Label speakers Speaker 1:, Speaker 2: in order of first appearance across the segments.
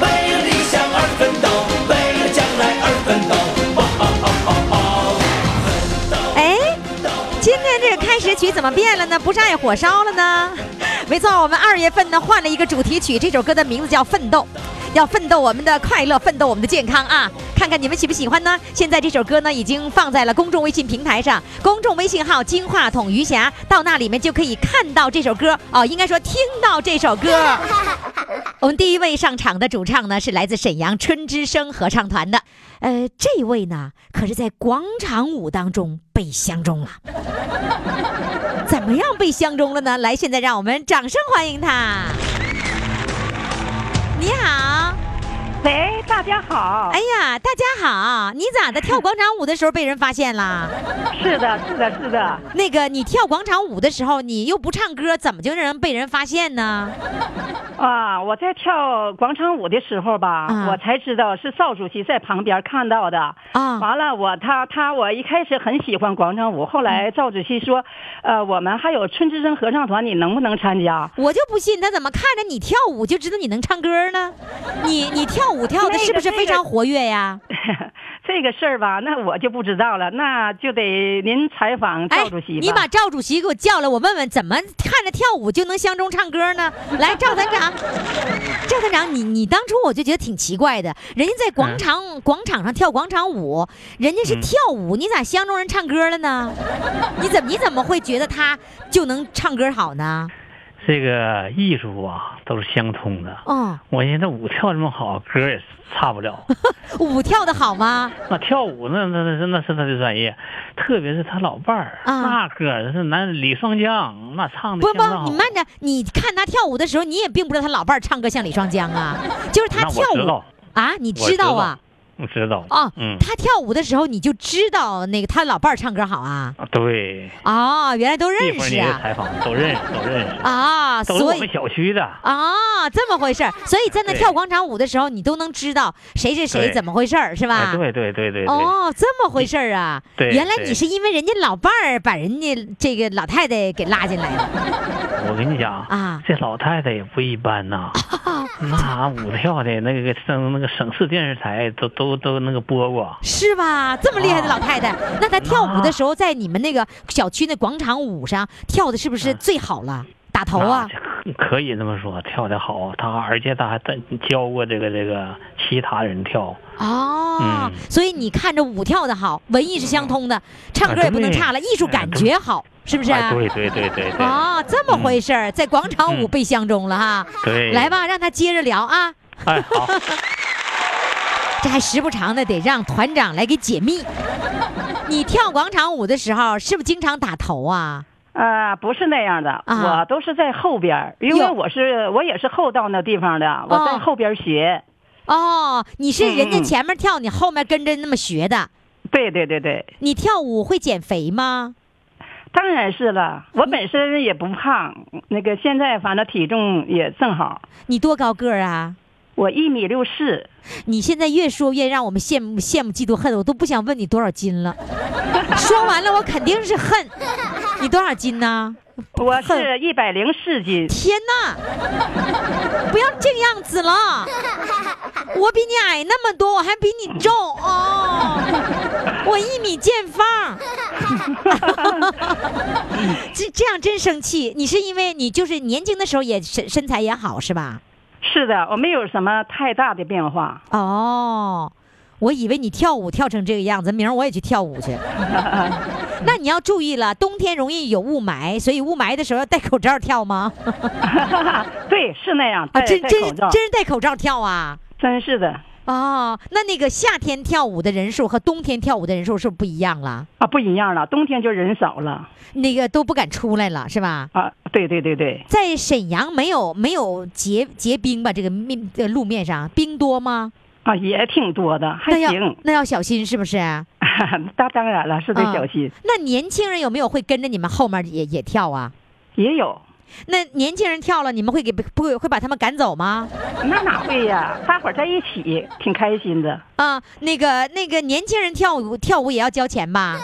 Speaker 1: 为了理想而奋斗，为了将来而奋斗。
Speaker 2: 哎，今天这个开始曲怎么变了呢？不是爱火烧了呢？ 没错，我们二月份呢换了一个主题曲，这首歌的名字叫《奋斗》，要奋斗我们的快乐，奋斗我们的健康啊！看看你们喜不喜欢呢？现在这首歌呢已经放在了公众微信平台上，公众微信号“金话筒余霞”，到那里面就可以看到这首歌哦，应该说听到这首歌。我们第一位上场的主唱呢，是来自沈阳春之声合唱团的。呃，这位呢，可是在广场舞当中被相中了。怎么样被相中了呢？来，现在让我们掌声欢迎他。你好，
Speaker 3: 喂，大家好。
Speaker 2: 哎呀，大家好，你咋的？跳广场舞的时候被人发现了？
Speaker 3: 是的，是的，是的，
Speaker 2: 那个，你跳广场舞的时候，你又不唱歌，怎么就让人被人发现呢？
Speaker 3: 啊，我在跳广场舞的时候吧，
Speaker 2: 啊
Speaker 3: 我才知道是邵主席在旁边看到的。
Speaker 2: 啊
Speaker 3: 完了，我他他我一开始很喜欢广场舞，后
Speaker 2: 嗯
Speaker 3: 来赵主席说，呃，我们还有春之声合唱团，你能不能参加？
Speaker 2: 我就不信他怎么看着你跳舞就知道你能唱歌呢？你你跳舞跳的
Speaker 3: 那个
Speaker 2: 是不是非常活跃呀？
Speaker 3: 这个事儿吧，那我就不知道了，那就得您采访赵主席吧。
Speaker 2: 哎你把赵主席给我叫来，我问问怎么看着跳舞就能相中唱歌呢？来，赵团长，赵团长，你你当初我就觉得挺奇怪的，人家在
Speaker 3: 嗯
Speaker 2: 广场、广场上跳广场舞，人家是跳舞，你咋相中人唱歌了呢？你怎么你怎么会觉得他就能唱歌好呢？
Speaker 4: 这个艺术啊都是相通的。
Speaker 2: 哦，
Speaker 4: 我寻思舞跳这么好，歌也差不 了。
Speaker 2: 舞跳的好吗？
Speaker 4: 那跳舞那那那是那是他的专业，特别是他老伴儿、
Speaker 2: 啊
Speaker 4: 那歌是男李双江那唱的
Speaker 2: 不
Speaker 4: 相
Speaker 2: 不
Speaker 4: 当好。，
Speaker 2: 你慢着，你看他跳舞的时候，你也并不知道他老伴儿唱歌像李双 江啊，就是他
Speaker 4: 那我
Speaker 2: 跳
Speaker 4: 知
Speaker 2: 舞
Speaker 4: 道
Speaker 2: 啊，你
Speaker 4: 我
Speaker 2: 知道啊？，
Speaker 4: 我知道
Speaker 2: 哦，
Speaker 4: 嗯，
Speaker 2: 他跳舞的时候你就知道那个他老伴儿唱歌好啊？
Speaker 4: 对，
Speaker 2: 哦，原来都
Speaker 4: 一
Speaker 2: 认
Speaker 4: 会儿
Speaker 2: 识
Speaker 4: 你也
Speaker 2: 啊？
Speaker 4: 采访都认识都认识，
Speaker 2: 啊，
Speaker 4: 都是我
Speaker 2: 所
Speaker 4: 们
Speaker 2: 以
Speaker 4: 小区的。
Speaker 2: 啊，这么回事儿，所以在那
Speaker 4: 对
Speaker 2: 跳广场舞的时候，你都能知道谁是谁
Speaker 4: 对
Speaker 2: 怎么回事儿，是吧
Speaker 4: 哎？对对对对对，
Speaker 2: 哦，这么回事儿啊！
Speaker 4: 对
Speaker 2: 原来你
Speaker 4: 对
Speaker 2: 是因为人家老伴儿把人家这个老太太给拉进来了
Speaker 4: 我跟你讲
Speaker 2: 啊
Speaker 4: 这老太太也不一般 呐、那舞跳的那个省那个省市电视台都都都那个播过。
Speaker 2: 是吧？这么厉害的老太太，那她跳舞的时候在你们那个小区那广场舞上跳的是不
Speaker 4: 嗯
Speaker 2: 是最好了？打头啊？
Speaker 4: 那可可以这么说，跳的好，他而且他还在教过这个这个其他人跳，
Speaker 2: 哦
Speaker 4: 嗯，
Speaker 2: 所以你看着舞跳的好，文艺是相通的，唱歌
Speaker 4: 啊
Speaker 2: 也不能
Speaker 4: 对
Speaker 2: 差了，艺术
Speaker 4: 哎
Speaker 2: 感
Speaker 4: 对
Speaker 2: 觉好，是不是
Speaker 4: 哎
Speaker 2: 啊？
Speaker 4: 对对对对 对、
Speaker 2: 哦，这么回事儿，在广场舞
Speaker 4: 嗯
Speaker 2: 被相中了哈。
Speaker 4: 对，
Speaker 2: 来，吧，让他接着聊啊，
Speaker 4: 哎好，
Speaker 2: 这还时不常的得让团长来给解密。你跳广场舞的时候，是不是经常打头啊？
Speaker 3: 呃，不是那样的，
Speaker 2: 啊
Speaker 3: 我都是在后边儿，因为
Speaker 2: 哟
Speaker 3: 我是我也是后到那地方的，我在
Speaker 2: 哦
Speaker 3: 后边儿学。
Speaker 2: 哦，你是人家
Speaker 3: 嗯嗯
Speaker 2: 前面跳，你后面跟着那么学的。
Speaker 3: 对对对对。
Speaker 2: 你跳舞会减肥吗？
Speaker 3: 当然是了，我
Speaker 2: 嗯
Speaker 3: 本身也不胖，那个现在反正体重也正好，
Speaker 2: 你多高个儿啊？
Speaker 3: 我一米六四，
Speaker 2: 你现在越说越让我们羡慕、羡慕、嫉妒、恨，我都不想问你多少斤了。说完了，我肯定是恨。你多少斤呢？
Speaker 3: 我是一百零四斤，
Speaker 2: 天哪！不要这个样子了，我比你矮那么多，我还比你重哦。我一米见方，这这样真生气。你是因为你就是年轻的时候也身身材也好是吧？
Speaker 3: 是的，我没有什么太大的变 化。
Speaker 2: 哦，我以为你跳舞跳成这个样子，明儿我也去跳舞去。那你要注意了，冬天容易有雾霾，所以雾霾的时候要戴口罩跳吗？
Speaker 3: 对，是那样，
Speaker 2: 啊，
Speaker 3: 戴
Speaker 2: 真
Speaker 3: 戴
Speaker 2: 真
Speaker 3: 口
Speaker 2: 是
Speaker 3: 罩
Speaker 2: 真是戴口罩跳啊！
Speaker 3: 真是的
Speaker 2: 哦，那那个夏天跳舞的人数和冬天跳舞的人数是不是不一样了？
Speaker 3: 啊，不一样了，冬天就人少了
Speaker 2: 那个都不敢出来了，是吧？
Speaker 3: 啊。对对对对，
Speaker 2: 在沈阳没有没有结结冰吧？这个面这个路面上冰多吗？
Speaker 3: 啊，也挺多的，还
Speaker 2: 那要
Speaker 3: 行。
Speaker 2: 那要小心，是不是？
Speaker 3: 那当然了，是得
Speaker 2: 嗯
Speaker 3: 小心。
Speaker 2: 那年轻人有没有会跟着你们后面也也跳啊？
Speaker 3: 也有，
Speaker 2: 那年轻人跳了，你们会给不会会把他们赶走吗？
Speaker 3: 那哪会呀？大伙儿在一起，挺开心的。
Speaker 2: 啊，那个那个年轻人跳舞跳舞也要交钱吧？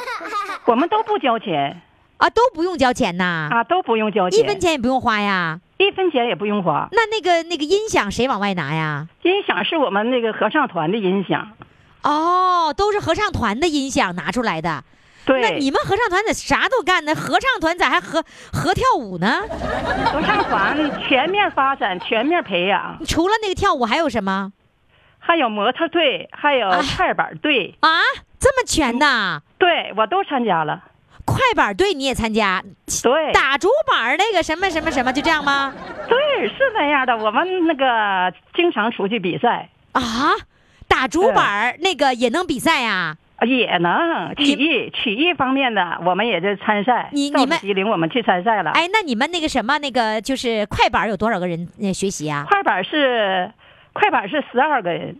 Speaker 3: 我们都不交钱
Speaker 2: 啊，都不用交钱呐，
Speaker 3: 啊，都不用交钱，
Speaker 2: 一分钱也不用花呀。
Speaker 3: 一分钱也不用花。
Speaker 2: 那那个那个音响谁往外拿呀？
Speaker 3: 音响是我们那个合唱团的音响，
Speaker 2: 哦，都是合唱团的音响拿出来的。
Speaker 3: 对，
Speaker 2: 那你们合唱团咋啥都干呢？合唱团咋还合合跳舞呢？
Speaker 3: 合唱团全面发展，全面培养，
Speaker 2: 除了那个跳舞还有什么
Speaker 3: 还有模特队，还有
Speaker 2: 哎
Speaker 3: 快板队，
Speaker 2: 啊？这么全呐？
Speaker 3: 对我都参加了。
Speaker 2: 快板队你也参加？
Speaker 3: 对，
Speaker 2: 打竹板儿那个什么什么什么，就这样吗？
Speaker 3: 对，是那样的。我们那个经常出去比赛，
Speaker 2: 啊，打竹板儿那个也能比赛啊呀、
Speaker 3: 啊也能
Speaker 2: 你
Speaker 3: 曲艺曲艺方面的，我们也在参赛。
Speaker 2: 你
Speaker 3: 赵
Speaker 2: 你们
Speaker 3: 子吉领我们去参赛了。
Speaker 2: 哎，那你们那个什么那个就是快板儿有多少个人呃学习啊？
Speaker 3: 快板是快板是十二个人，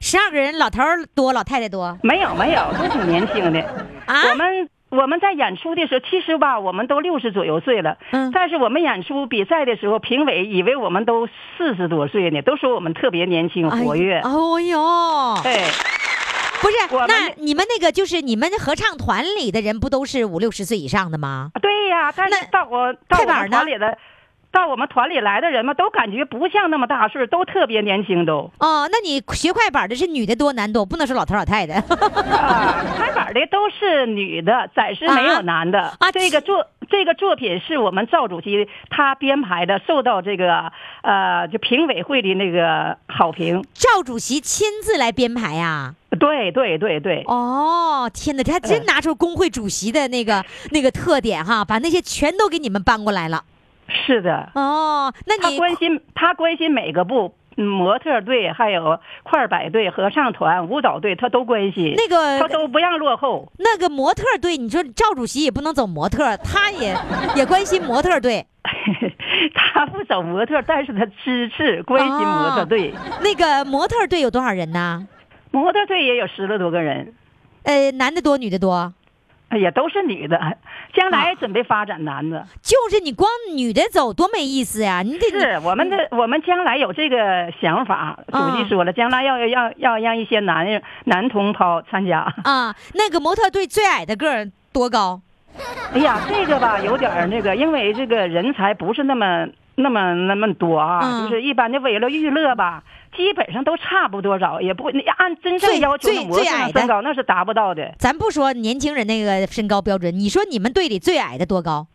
Speaker 2: 十二个人，老头儿多，老太太多
Speaker 3: 没有没有，都挺年轻的。
Speaker 2: 啊？
Speaker 3: 我们我们在演出的时候，其实吧，我们都六十左右岁了。
Speaker 2: 嗯
Speaker 3: 但是我们演出比赛的时候，评委以为我们都四十多岁呢，都说我们特别年轻活跃哎
Speaker 2: 哎。哦呦，
Speaker 3: 对，
Speaker 2: 不是，
Speaker 3: 我们
Speaker 2: 那
Speaker 3: 那
Speaker 2: 你们那个就是你们合唱团里的人不都是五六十岁以上的吗？
Speaker 3: 对呀，但
Speaker 2: 那
Speaker 3: 是到我到我
Speaker 2: 快板
Speaker 3: 们
Speaker 2: 呢
Speaker 3: 团里的，到我们团里来的人嘛，都感觉不像那么大岁，都特别年轻 都。
Speaker 2: 哦，那你学快板儿的是女的多男多，不能说老头儿老太 太。
Speaker 3: 啊，拍板的都是女的，暂时没有男的。
Speaker 2: 啊
Speaker 3: 这个作这个作品是我们赵主席他编排的，受到这个呃就评委会的那个好评。
Speaker 2: 赵主席亲自来编排呀、
Speaker 3: 对对对对，
Speaker 2: 哦，天哪，这还真
Speaker 3: 嗯
Speaker 2: 拿出工会主席的那个那个特点哈，把那些全都给你们搬过来了。
Speaker 3: 是的，
Speaker 2: 哦，那
Speaker 3: 他
Speaker 2: 你
Speaker 3: 关心他关心每个部。嗯模特队、还有快板队、合唱团、舞蹈队，他都关心，
Speaker 2: 那
Speaker 3: 他
Speaker 2: 个
Speaker 3: 都不让落后。
Speaker 2: 那个模特队，你说赵主席也不能走模特，他也也关心模特队。
Speaker 3: 他不走模特，但是他支持关心模
Speaker 2: 哦
Speaker 3: 特队。
Speaker 2: 那个模特队有多少人呢？
Speaker 3: 模特队也有十来多个人。
Speaker 2: 呃，男的多，女的多，
Speaker 3: 也都是女的，将
Speaker 2: 哦
Speaker 3: 来准备发展男的。
Speaker 2: 就是你光女的走多没意思呀！你得
Speaker 3: 是我们的，
Speaker 2: 嗯
Speaker 3: 我们将来有这个想法。
Speaker 2: 啊
Speaker 3: 主席说了，将来要要要要让一些男人男同胞参加。
Speaker 2: 啊，那个模特队最矮的个儿多高？
Speaker 3: 哎呀，这个吧有点儿那个，因为这个人才不是那么那么那么多啊，
Speaker 2: 嗯
Speaker 3: 就是一般的为了娱乐吧，基本上都差不多少，也不你按真正要求
Speaker 2: 最
Speaker 3: 的模特
Speaker 2: 最矮
Speaker 3: 上
Speaker 2: 的
Speaker 3: 身高那是达不到的。
Speaker 2: 咱不说年轻人那个身高标准，你说你们队里最矮的多高？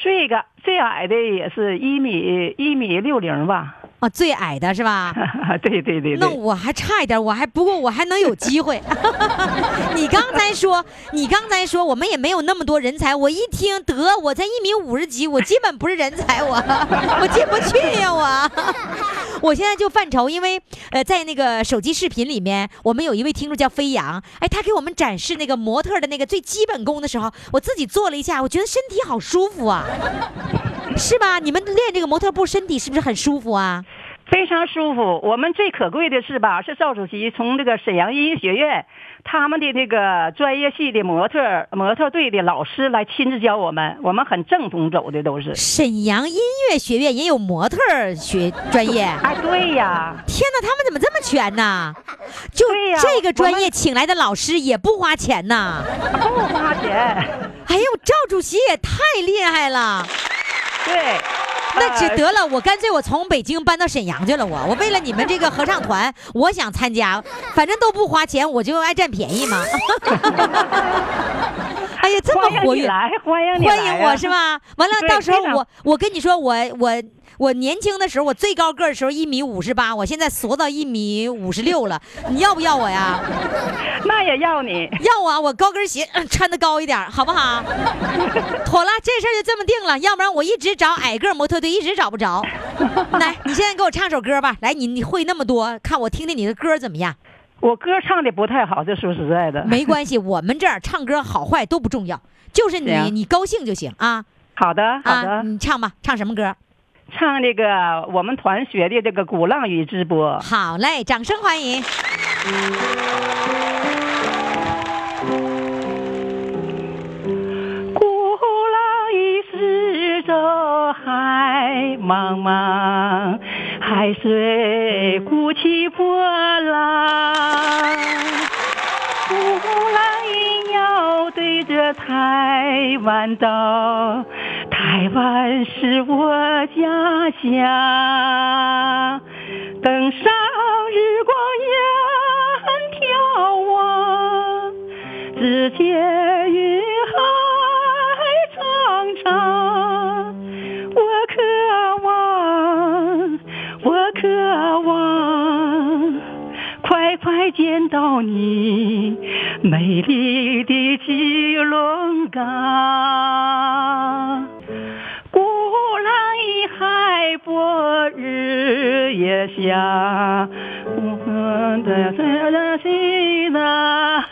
Speaker 3: 最个最矮的也是一米一米六零吧，
Speaker 2: 啊，最矮的是吧？
Speaker 3: 对对对
Speaker 2: 那
Speaker 3: 对。
Speaker 2: 我还差一点，我还不过我还能有机会。 你刚才说，你刚才说我们也没有那么多人才，我一听得我才一米五十几，我基本不是人才，我 我进不去呀、 我。我现在就犯愁，因为呃，在那个手机视频里面，呃我们有一位听众叫飞扬，哎，他给我们展示那个模特的那个最基本功的时候，我自己做了一下，我觉得身体好舒服啊，是吧？你们练这个模特步，身体是不是很舒服啊？
Speaker 3: 非常舒服。我们最可贵的是吧，是赵主席从这个沈阳音乐学院他们的那个专业系的模特模特队的老师来亲自教我们，我们很正统走的都是。
Speaker 2: 沈阳音乐学院也有模特儿学专 业。
Speaker 3: 哎，对呀，
Speaker 2: 天哪，他们怎么这么全呢？就
Speaker 3: 对呀
Speaker 2: 这个专
Speaker 3: 我
Speaker 2: 业请来的老师也不花钱呐！
Speaker 3: 不花 钱，
Speaker 2: 哎呦，赵主席也太厉害了，
Speaker 3: 对，
Speaker 2: 那只
Speaker 3: 呃
Speaker 2: 得了，我干脆我从北京搬到沈阳去了。我我为了你们这个合唱团，我想参加，反正都不花钱，我就爱占便 宜嘛。哎呀，这
Speaker 3: 欢
Speaker 2: 么
Speaker 3: 迎
Speaker 2: 活
Speaker 3: 你
Speaker 2: 跃，
Speaker 3: 来，欢迎你来、啊
Speaker 2: 欢迎我是？吧？完了，
Speaker 3: 对
Speaker 2: 到时候
Speaker 3: 非常
Speaker 2: 我我跟你说，我我我年轻的时候，我最高个儿的时候一米五十八，我现在缩到一米五十六了。你要不要 我呀？
Speaker 3: 那也要你，
Speaker 2: 要啊！我高跟鞋嗯穿的高一点儿，好 不好？妥了，这事儿就这么定了。要不然我一直找矮个儿模特队，一直找不着。来，你现在给我唱首歌吧。来，你你会那么多，看我听听你的歌怎么 样？
Speaker 3: 我歌唱的不太好，这说实在的。
Speaker 2: 没关系，我们这儿唱歌好坏都不重要，就是你
Speaker 3: 行
Speaker 2: 你高兴就行啊
Speaker 3: 好的，好的，
Speaker 2: 啊！你唱吧，唱什么歌？
Speaker 5: 唱这个我们团学的这个《鼓浪屿之波》。
Speaker 2: 好嘞，掌声欢迎。
Speaker 5: 鼓浪屿四周海茫茫，海水鼓起波浪。鼓浪屿要对着台湾岛，台湾是我家乡。登上日光岩眺望，啊只见云海苍苍。我渴望，我渴望，快快见到你美丽的基隆港。鼓浪屿海波日夜下，我们的在那西南，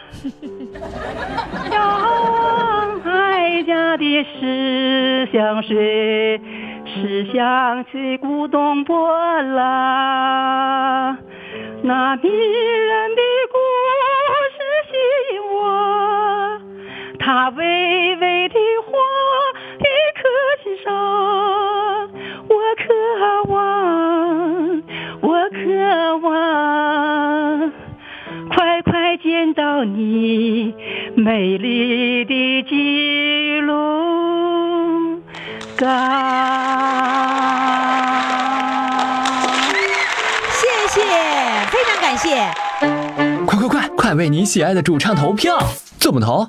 Speaker 5: 遥望爱家的思乡水，思乡水鼓动波浪，那迷人的故事吸引我。它微微的花的壳心上，我渴望，我渴望，快快见到你美丽的基隆港。
Speaker 2: 谢谢，非常感谢。
Speaker 6: 快快快，快为你喜爱的主唱投票！怎么投？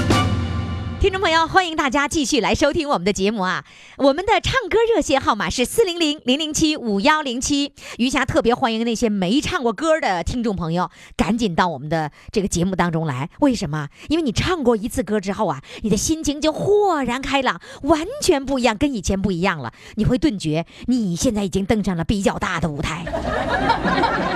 Speaker 2: 听众朋友，欢迎大家继续来收听我们的节目啊！我们的唱歌热线号码是四零零零零七五幺零七。余霞特别欢迎那些没唱过歌的听众朋友，赶紧到我们的这个节目当中来。为什么？因为你唱过一次歌之后啊，你的心情就豁然开朗，完全不一样，跟以前不一样了。你会顿觉你现在已经登上了比较大的舞台。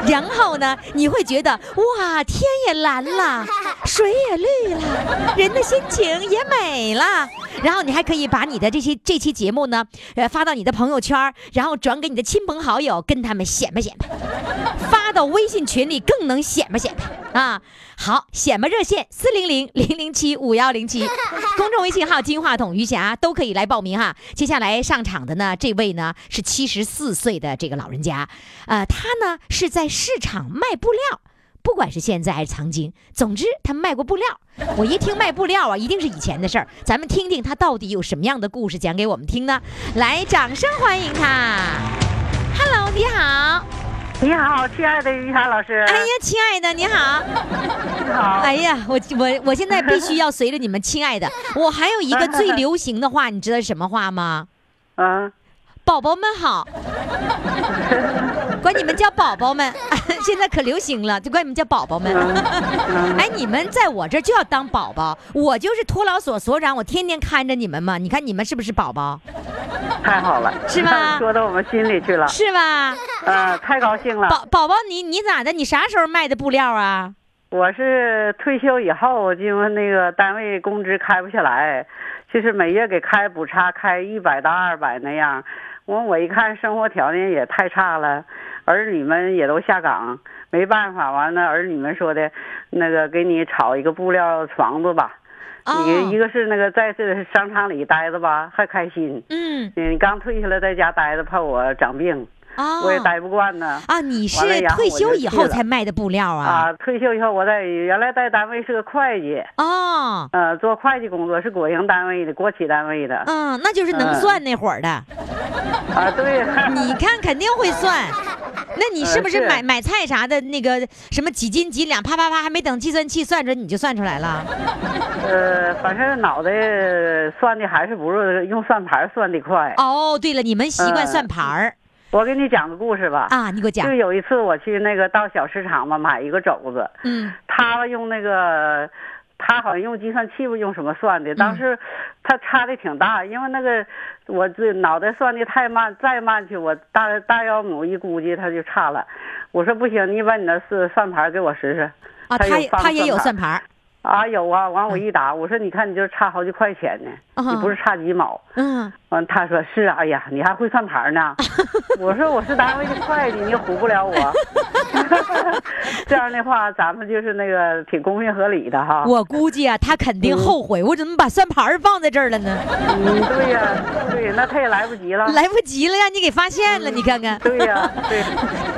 Speaker 2: 然后呢，你会觉得哇，天也蓝了，水也绿了，人的心情也美了。然后你还可以把你的这些这期节目呢，呃，发到你的朋友圈儿，然后转给你的亲朋好友，跟他们显摆显摆。发到微信群里更能显摆显摆啊！好，显摆热线四零零零零七五幺零七，公众微信号“金话筒余霞”都可以来报名哈。接下来上场的呢，这位呢是七十四岁的这个老人家，呃，他呢是在市场卖布料。不管是现在还是曾经，总之他卖过布料。我一听卖布料啊，一定是以前的事儿。咱们听听他到底有什么样的故事讲给我们听呢？来，掌声欢迎他。Hello，你好。
Speaker 7: 你好，亲爱的于霞老 师。
Speaker 2: 哎呀，亲爱的，你好！
Speaker 7: 你好。
Speaker 2: 哎呀，我我我现在必须要随着你们，亲 爱的。我还有一个最流行的话，你知道是什么话吗？
Speaker 7: 嗯，
Speaker 2: 宝宝们 好，管你们叫宝宝们， 现在可流行了，就管你们叫宝宝们。
Speaker 7: 嗯
Speaker 2: 哎，你们在我这儿就要当宝宝，我就是托老所所长，我天天看着你们嘛。你看你们是不是宝宝？
Speaker 7: 太好了。
Speaker 2: 是吗
Speaker 7: 说到我们心里去了。
Speaker 2: 是吧？
Speaker 7: 啊，太高兴了。
Speaker 2: 宝宝宝，你你咋的？你啥时候卖的布料啊？
Speaker 7: 我是退休以后，因为那个单位工资开不下来，就是每月给开补差，开一百到二百那样。我我一看生活条件也太差了，儿女们也都下岗，没办法。完了，儿女们说的，那个给你炒一个布料房子吧。你一
Speaker 2: 个
Speaker 7: 个是那个在这商场里待着吧，还开心。
Speaker 2: 嗯
Speaker 7: 嗯，刚退下来，在家待着，怕我长病，
Speaker 2: 啊，
Speaker 7: 我也待不惯呢。
Speaker 2: 啊，你是
Speaker 7: 完了然后
Speaker 2: 退
Speaker 7: 我
Speaker 2: 休
Speaker 7: 就
Speaker 2: 以
Speaker 7: 去
Speaker 2: 后
Speaker 7: 了
Speaker 2: 才卖的布料啊？
Speaker 7: 啊，退休以后，我在原来在单位是个会计，
Speaker 2: 哦，
Speaker 7: 呃，做会计工作，是国营单位的，国企单位的。
Speaker 2: 嗯，那就是能
Speaker 7: 嗯
Speaker 2: 算那会儿的，
Speaker 7: 啊，对，
Speaker 2: 你看肯定会算。那你是不是
Speaker 7: 呃是
Speaker 2: 买买菜啥的，那个什么几斤几两，啪啪啪，还没等计算器算准，你就算出来了？
Speaker 7: 呃，反正脑袋算的还是不是用算盘算的快。
Speaker 2: 哦，对了，你们习惯
Speaker 7: 嗯
Speaker 2: 算盘儿
Speaker 7: 我给你讲个故事吧。
Speaker 2: 啊？你给我
Speaker 7: 就
Speaker 2: 讲，
Speaker 7: 有一次我去那个到小市场嘛，买一个肘子，
Speaker 2: 嗯
Speaker 7: 他用那个他好像用计算器不用什么算的，
Speaker 2: 嗯
Speaker 7: 当时他差的挺大，因为那个我这脑袋算的太慢，再慢去我大大腰母一估计他就差了。我说不行，你把你那是算盘给我试试。
Speaker 2: 啊，
Speaker 7: 他
Speaker 2: 他
Speaker 7: 有
Speaker 2: 也
Speaker 7: 放
Speaker 2: 他也有算
Speaker 7: 算
Speaker 2: 盘儿，
Speaker 7: 啊，有啊，完我一打，我说你看你就差好几块钱呢，你不是差几毛？
Speaker 2: 嗯，
Speaker 7: 完他说是啊，哎呀，你还会算盘 呢？我说我是单位的会计，你也唬不了我。这样的话，咱们就是那个挺公平合理的哈。
Speaker 2: 我估计啊，他肯定后悔，我怎么把算盘儿放在这儿了呢？
Speaker 7: 嗯，对呀、对，那他也来不及了。
Speaker 2: 来不及了，让你给发现了，你看看。
Speaker 7: 对呀、 对，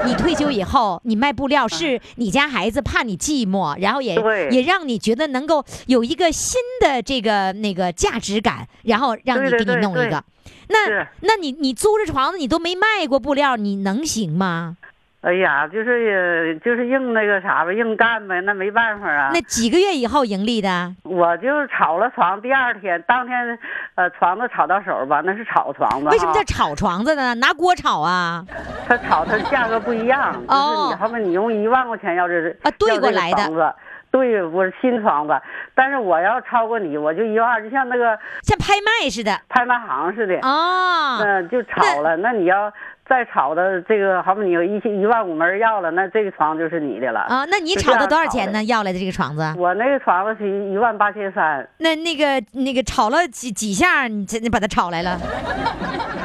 Speaker 2: 你退休以后，你卖布料是你家孩子怕你寂寞，然后也
Speaker 7: 嗯对
Speaker 2: 也让你觉得能够有一个新的这个那个价值感，然后让你
Speaker 7: 对
Speaker 2: 给
Speaker 7: 对对
Speaker 2: 你弄一
Speaker 7: 对
Speaker 2: 个。那
Speaker 7: 是
Speaker 2: 那你你租着床子你都没卖过布料，你能行吗？
Speaker 7: 哎呀，就是也就是硬那个啥吧，硬干呗，那没办法啊
Speaker 2: 那。几个月以后盈利的，
Speaker 7: 我就是炒了床，第二天当天，呃，床都炒到手吧，那是炒床吧？
Speaker 2: 为什么
Speaker 7: 哈
Speaker 2: 叫炒床子呢？拿锅炒啊？
Speaker 7: 它炒它价格不一样，就是
Speaker 2: 哦
Speaker 7: 你后面你用一万块钱要这
Speaker 2: 啊兑
Speaker 7: 要这
Speaker 2: 过
Speaker 7: 个
Speaker 2: 来的
Speaker 7: 房子，对，我是新床子，但是我要超过你，我就一万二，就像那个
Speaker 2: 像拍卖似的
Speaker 7: 拍卖行似的，
Speaker 2: 啊？
Speaker 7: 那嗯就炒了。那你要再炒的这个，好比你有一千一万五没人要了，那这个床就是你的了。
Speaker 2: 啊，那你
Speaker 7: 就
Speaker 2: 炒
Speaker 7: 这
Speaker 2: 的
Speaker 7: 样
Speaker 2: 多少
Speaker 7: 炒
Speaker 2: 钱
Speaker 7: 的
Speaker 2: 呢？要来的这个床子？
Speaker 7: 我那个床子是一万八千三，
Speaker 2: 那那个那个炒了几几下，你这你把它炒来了？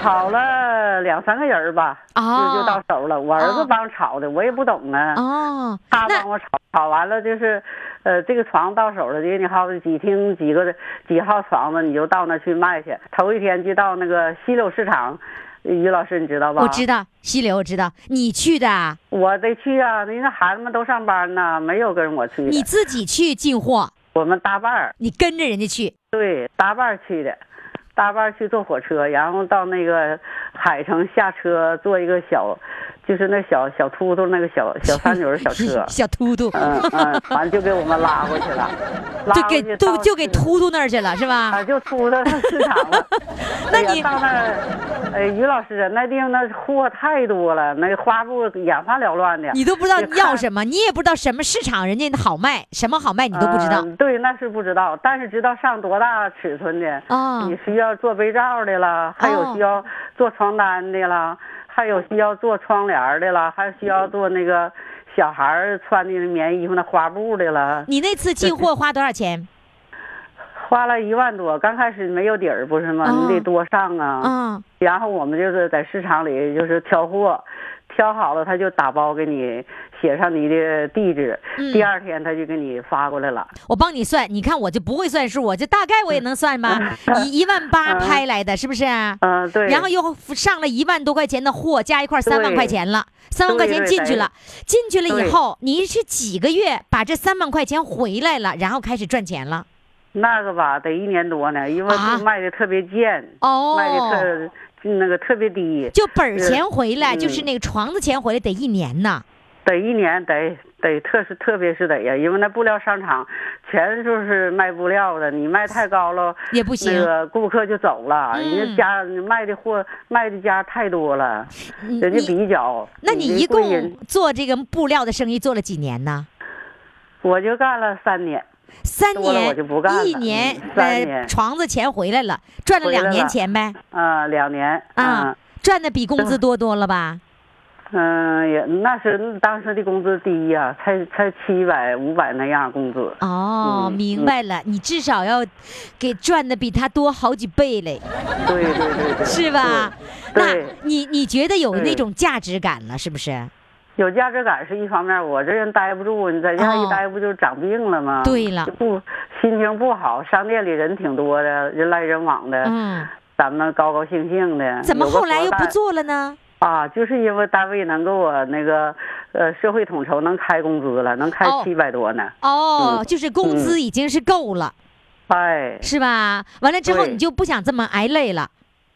Speaker 7: 炒了两三个人儿吧，
Speaker 2: 哦
Speaker 7: 就就到手了。我儿子
Speaker 2: 哦
Speaker 7: 帮炒的，我也不懂啊。
Speaker 2: 哦，
Speaker 7: 他
Speaker 2: 那
Speaker 7: 帮我炒，炒完了就是，呃，这个床到手了，给你好几厅几个几号床子，你就到那去卖去。头一天就到那个西柳市场，于老师你知道吧？
Speaker 2: 我知道溪流，我知道你去的啊，
Speaker 7: 我得去啊，人家孩子们都上班呢，没有跟我去
Speaker 2: 你
Speaker 7: 的。
Speaker 2: 自己去进货，
Speaker 7: 我们搭伴儿，
Speaker 2: 你跟着人家去。。
Speaker 7: 对，搭伴儿去的，搭伴儿去坐火车，然后到那个海城下车，坐一个小，就是那小小秃秃那个小小三轮小车
Speaker 2: 小秃秃，
Speaker 7: 嗯嗯，完就给我们拉过去了，拉
Speaker 2: 就
Speaker 7: 过
Speaker 2: 给
Speaker 7: 去
Speaker 2: 都
Speaker 7: 到
Speaker 2: 就给
Speaker 7: 市
Speaker 2: 秃秃那儿去了是
Speaker 7: 啊，
Speaker 2: 吧？
Speaker 7: 就出到市场 了。
Speaker 2: 那
Speaker 7: 哎呀
Speaker 2: 你
Speaker 7: 到那儿，呃，于老师啊，那地方那货太多了，那花布眼花缭乱的。
Speaker 2: 你都不知道
Speaker 7: 也看
Speaker 2: 要什么，你也不知道什么市场人家好卖，什么好卖你都不知道
Speaker 7: 嗯对，那是不知道，但是知道上多大尺寸的。
Speaker 2: 啊哦
Speaker 7: 你需要做被罩的啦，还有需要做床单的啦，还有需要做窗帘儿的啦，还需要做那个小孩儿穿的棉衣服那花布的啦，
Speaker 2: 你那次进货花多少钱？
Speaker 7: 花了一万多。刚开始没有底儿，不是吗？
Speaker 2: 哦
Speaker 7: 你得多上啊。
Speaker 2: 啊，
Speaker 7: 然后我们就是在市场里就是挑货，挑好了他就打包给你写上你的地址，
Speaker 2: 嗯
Speaker 7: 第二天他就给你发过来了。
Speaker 2: 我帮你算，你看我就不会算数，我就大概我也能算 吧，一一万八拍来的，是不是啊？
Speaker 7: 嗯、对。
Speaker 2: 然后又上了一万多块钱的货，加一块三万
Speaker 7: 对
Speaker 2: 块钱了，三万块钱
Speaker 7: 对
Speaker 2: 进去了，进去了以
Speaker 7: 对
Speaker 2: 后，你是几个月把这三万块钱回来了，然后开始赚钱了。
Speaker 7: 那个吧，得一年多呢，因为
Speaker 2: 啊
Speaker 7: 就卖的特别贱，
Speaker 2: 哦
Speaker 7: 卖的特那个特别低，
Speaker 2: 就本儿钱回来，
Speaker 7: 嗯
Speaker 2: 就是那个床子钱回来得一年呢。
Speaker 7: 得一年得得特是特别是得呀，因为那布料商场全就是卖布料的，你卖太高了
Speaker 2: 也不行
Speaker 7: 那个顾客就走了，
Speaker 2: 嗯
Speaker 7: 人家家卖的货卖的家太多了，
Speaker 2: 你
Speaker 7: 人家
Speaker 2: 你
Speaker 7: 比较，
Speaker 2: 那你
Speaker 7: 人
Speaker 2: 一
Speaker 7: 贵人
Speaker 2: 共做这个布料的生意做了几年呢？
Speaker 7: 我就干了三年，
Speaker 2: 三
Speaker 7: 多了
Speaker 2: 年
Speaker 7: 我就不干了，
Speaker 2: 一年
Speaker 7: 嗯，三
Speaker 2: 呃，
Speaker 7: 年
Speaker 2: 床子钱回来了，赚了
Speaker 7: 回来
Speaker 2: 两年
Speaker 7: 了嗯
Speaker 2: 钱呗，
Speaker 7: 啊、两年，
Speaker 2: 啊，赚的比工资多多了吧？
Speaker 7: 嗯，嗯，也那是当时的工资低呀、才才七百五百那样工资，
Speaker 2: 哦，
Speaker 7: 嗯
Speaker 2: 明
Speaker 7: 嗯
Speaker 2: 白了，你至少要给赚的比他多好几倍嘞，
Speaker 7: 对对对对，
Speaker 2: 是吧？
Speaker 7: 对
Speaker 2: 那
Speaker 7: 对
Speaker 2: 你你觉得有那
Speaker 7: 对啊
Speaker 2: 种价值感了，是不是？
Speaker 7: 有价值感是一方面，我这人待不住，你在家
Speaker 2: 哦
Speaker 7: 一待不就长病了吗？
Speaker 2: 对了
Speaker 7: 就不心情不好，商店里人挺多的，人来人往的，
Speaker 2: 嗯，
Speaker 7: 咱们高高兴兴的。
Speaker 2: 怎么
Speaker 7: 有个
Speaker 2: 后来
Speaker 7: 活
Speaker 2: 又不
Speaker 7: 干
Speaker 2: 做了呢？
Speaker 7: 啊？就是因为单位能给我那个，呃，社会统筹能开工资了，能开
Speaker 2: 哦
Speaker 7: 七百多呢。
Speaker 2: 哦，
Speaker 7: 嗯
Speaker 2: 就是工资已经是够了，
Speaker 7: 哎，
Speaker 2: 是吧？完了之后
Speaker 7: 对
Speaker 2: 你就不想这么挨累了。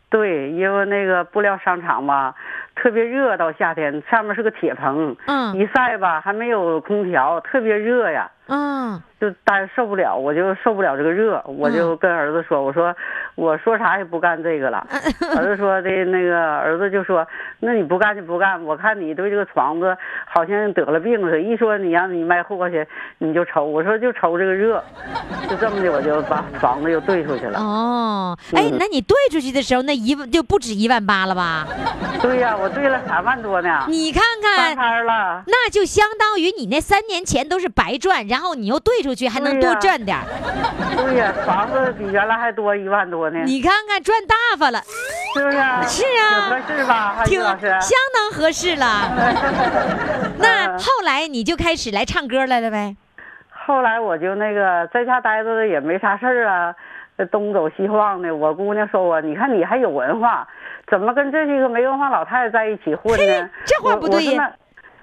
Speaker 7: 对，因为那个布料商场吧，特别热，到夏天上面是个铁棚，
Speaker 2: 嗯
Speaker 7: 一晒吧还没有空调，特别热呀。
Speaker 2: 嗯，
Speaker 7: 就待受不了，我就受不了这个热，我就跟儿子说，我说我说啥也不干这个了。
Speaker 2: 嗯
Speaker 7: 儿子说 的那个儿子就说，那你不干就不干，我看你对这个床子好像得了病似的，一说你让你卖户口去，你就愁。我说就愁这个热，就这么的我就把床子又兑出去了。
Speaker 2: 哦，
Speaker 7: 嗯
Speaker 2: 哎，那你兑出去的时候，那一万就不止一万八了吧？
Speaker 7: 对呀、我兑了三万多呢，
Speaker 2: 你看
Speaker 7: 翻
Speaker 2: 看，
Speaker 7: 摊儿了。
Speaker 2: 那就相当于你那三年前都是白赚，然后你又兑出去，还能
Speaker 7: 对呀
Speaker 2: 多赚点儿。
Speaker 7: 对呀、房子比原来还多一万多呢，
Speaker 2: 你看看，赚大发了，
Speaker 7: 是不是？
Speaker 2: 是啊
Speaker 7: 挺合适吧，韩
Speaker 2: 挺
Speaker 7: 宇老师？
Speaker 2: 相当合适了。
Speaker 7: 嗯
Speaker 2: 那后来你就开始来唱歌来了呗？
Speaker 7: 后来我就那个在家待着也没啥事儿啊，东走西晃的。我姑娘说我，你看你还有文化，怎么跟这些个没文化老太太在一起混呢？
Speaker 2: 这话不对呀
Speaker 7: 我我说那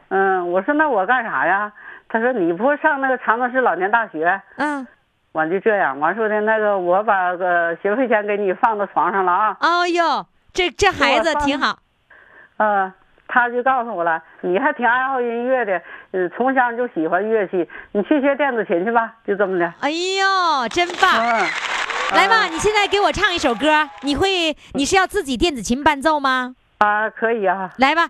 Speaker 7: 嗯，我说那我干啥呀？她说你不上那个长春市老年大学？
Speaker 2: 嗯，
Speaker 7: 完就这样，完说的那个我把个学费钱给你放到床上了啊。
Speaker 2: 哦呦，这这孩子挺好。
Speaker 7: 嗯，他就告诉我了，你还挺爱好音乐的，嗯，从小你就喜欢乐器，你去学电子琴去吧，就这么的。
Speaker 2: 哎呦，真棒！
Speaker 7: 嗯，
Speaker 2: 来吧，你现在给我唱一首歌，你会你是要自己电子琴伴奏吗？
Speaker 7: 嗯啊，可以啊。
Speaker 2: 来吧，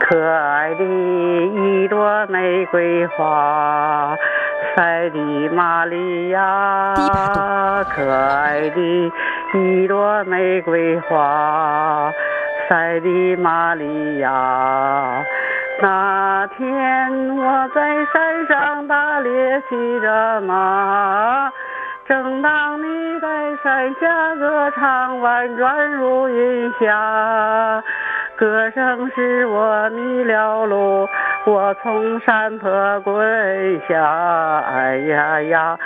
Speaker 7: 可爱的一朵玫瑰花，塞的玛利亚
Speaker 2: 第一把朵。
Speaker 7: 可爱的一朵玫瑰花，塞的玛利亚。那天我在山上打猎骑着马，正当你在山下歌唱，婉转如云霞。歌声使我迷了路，我从山坡滚下，哎呀呀，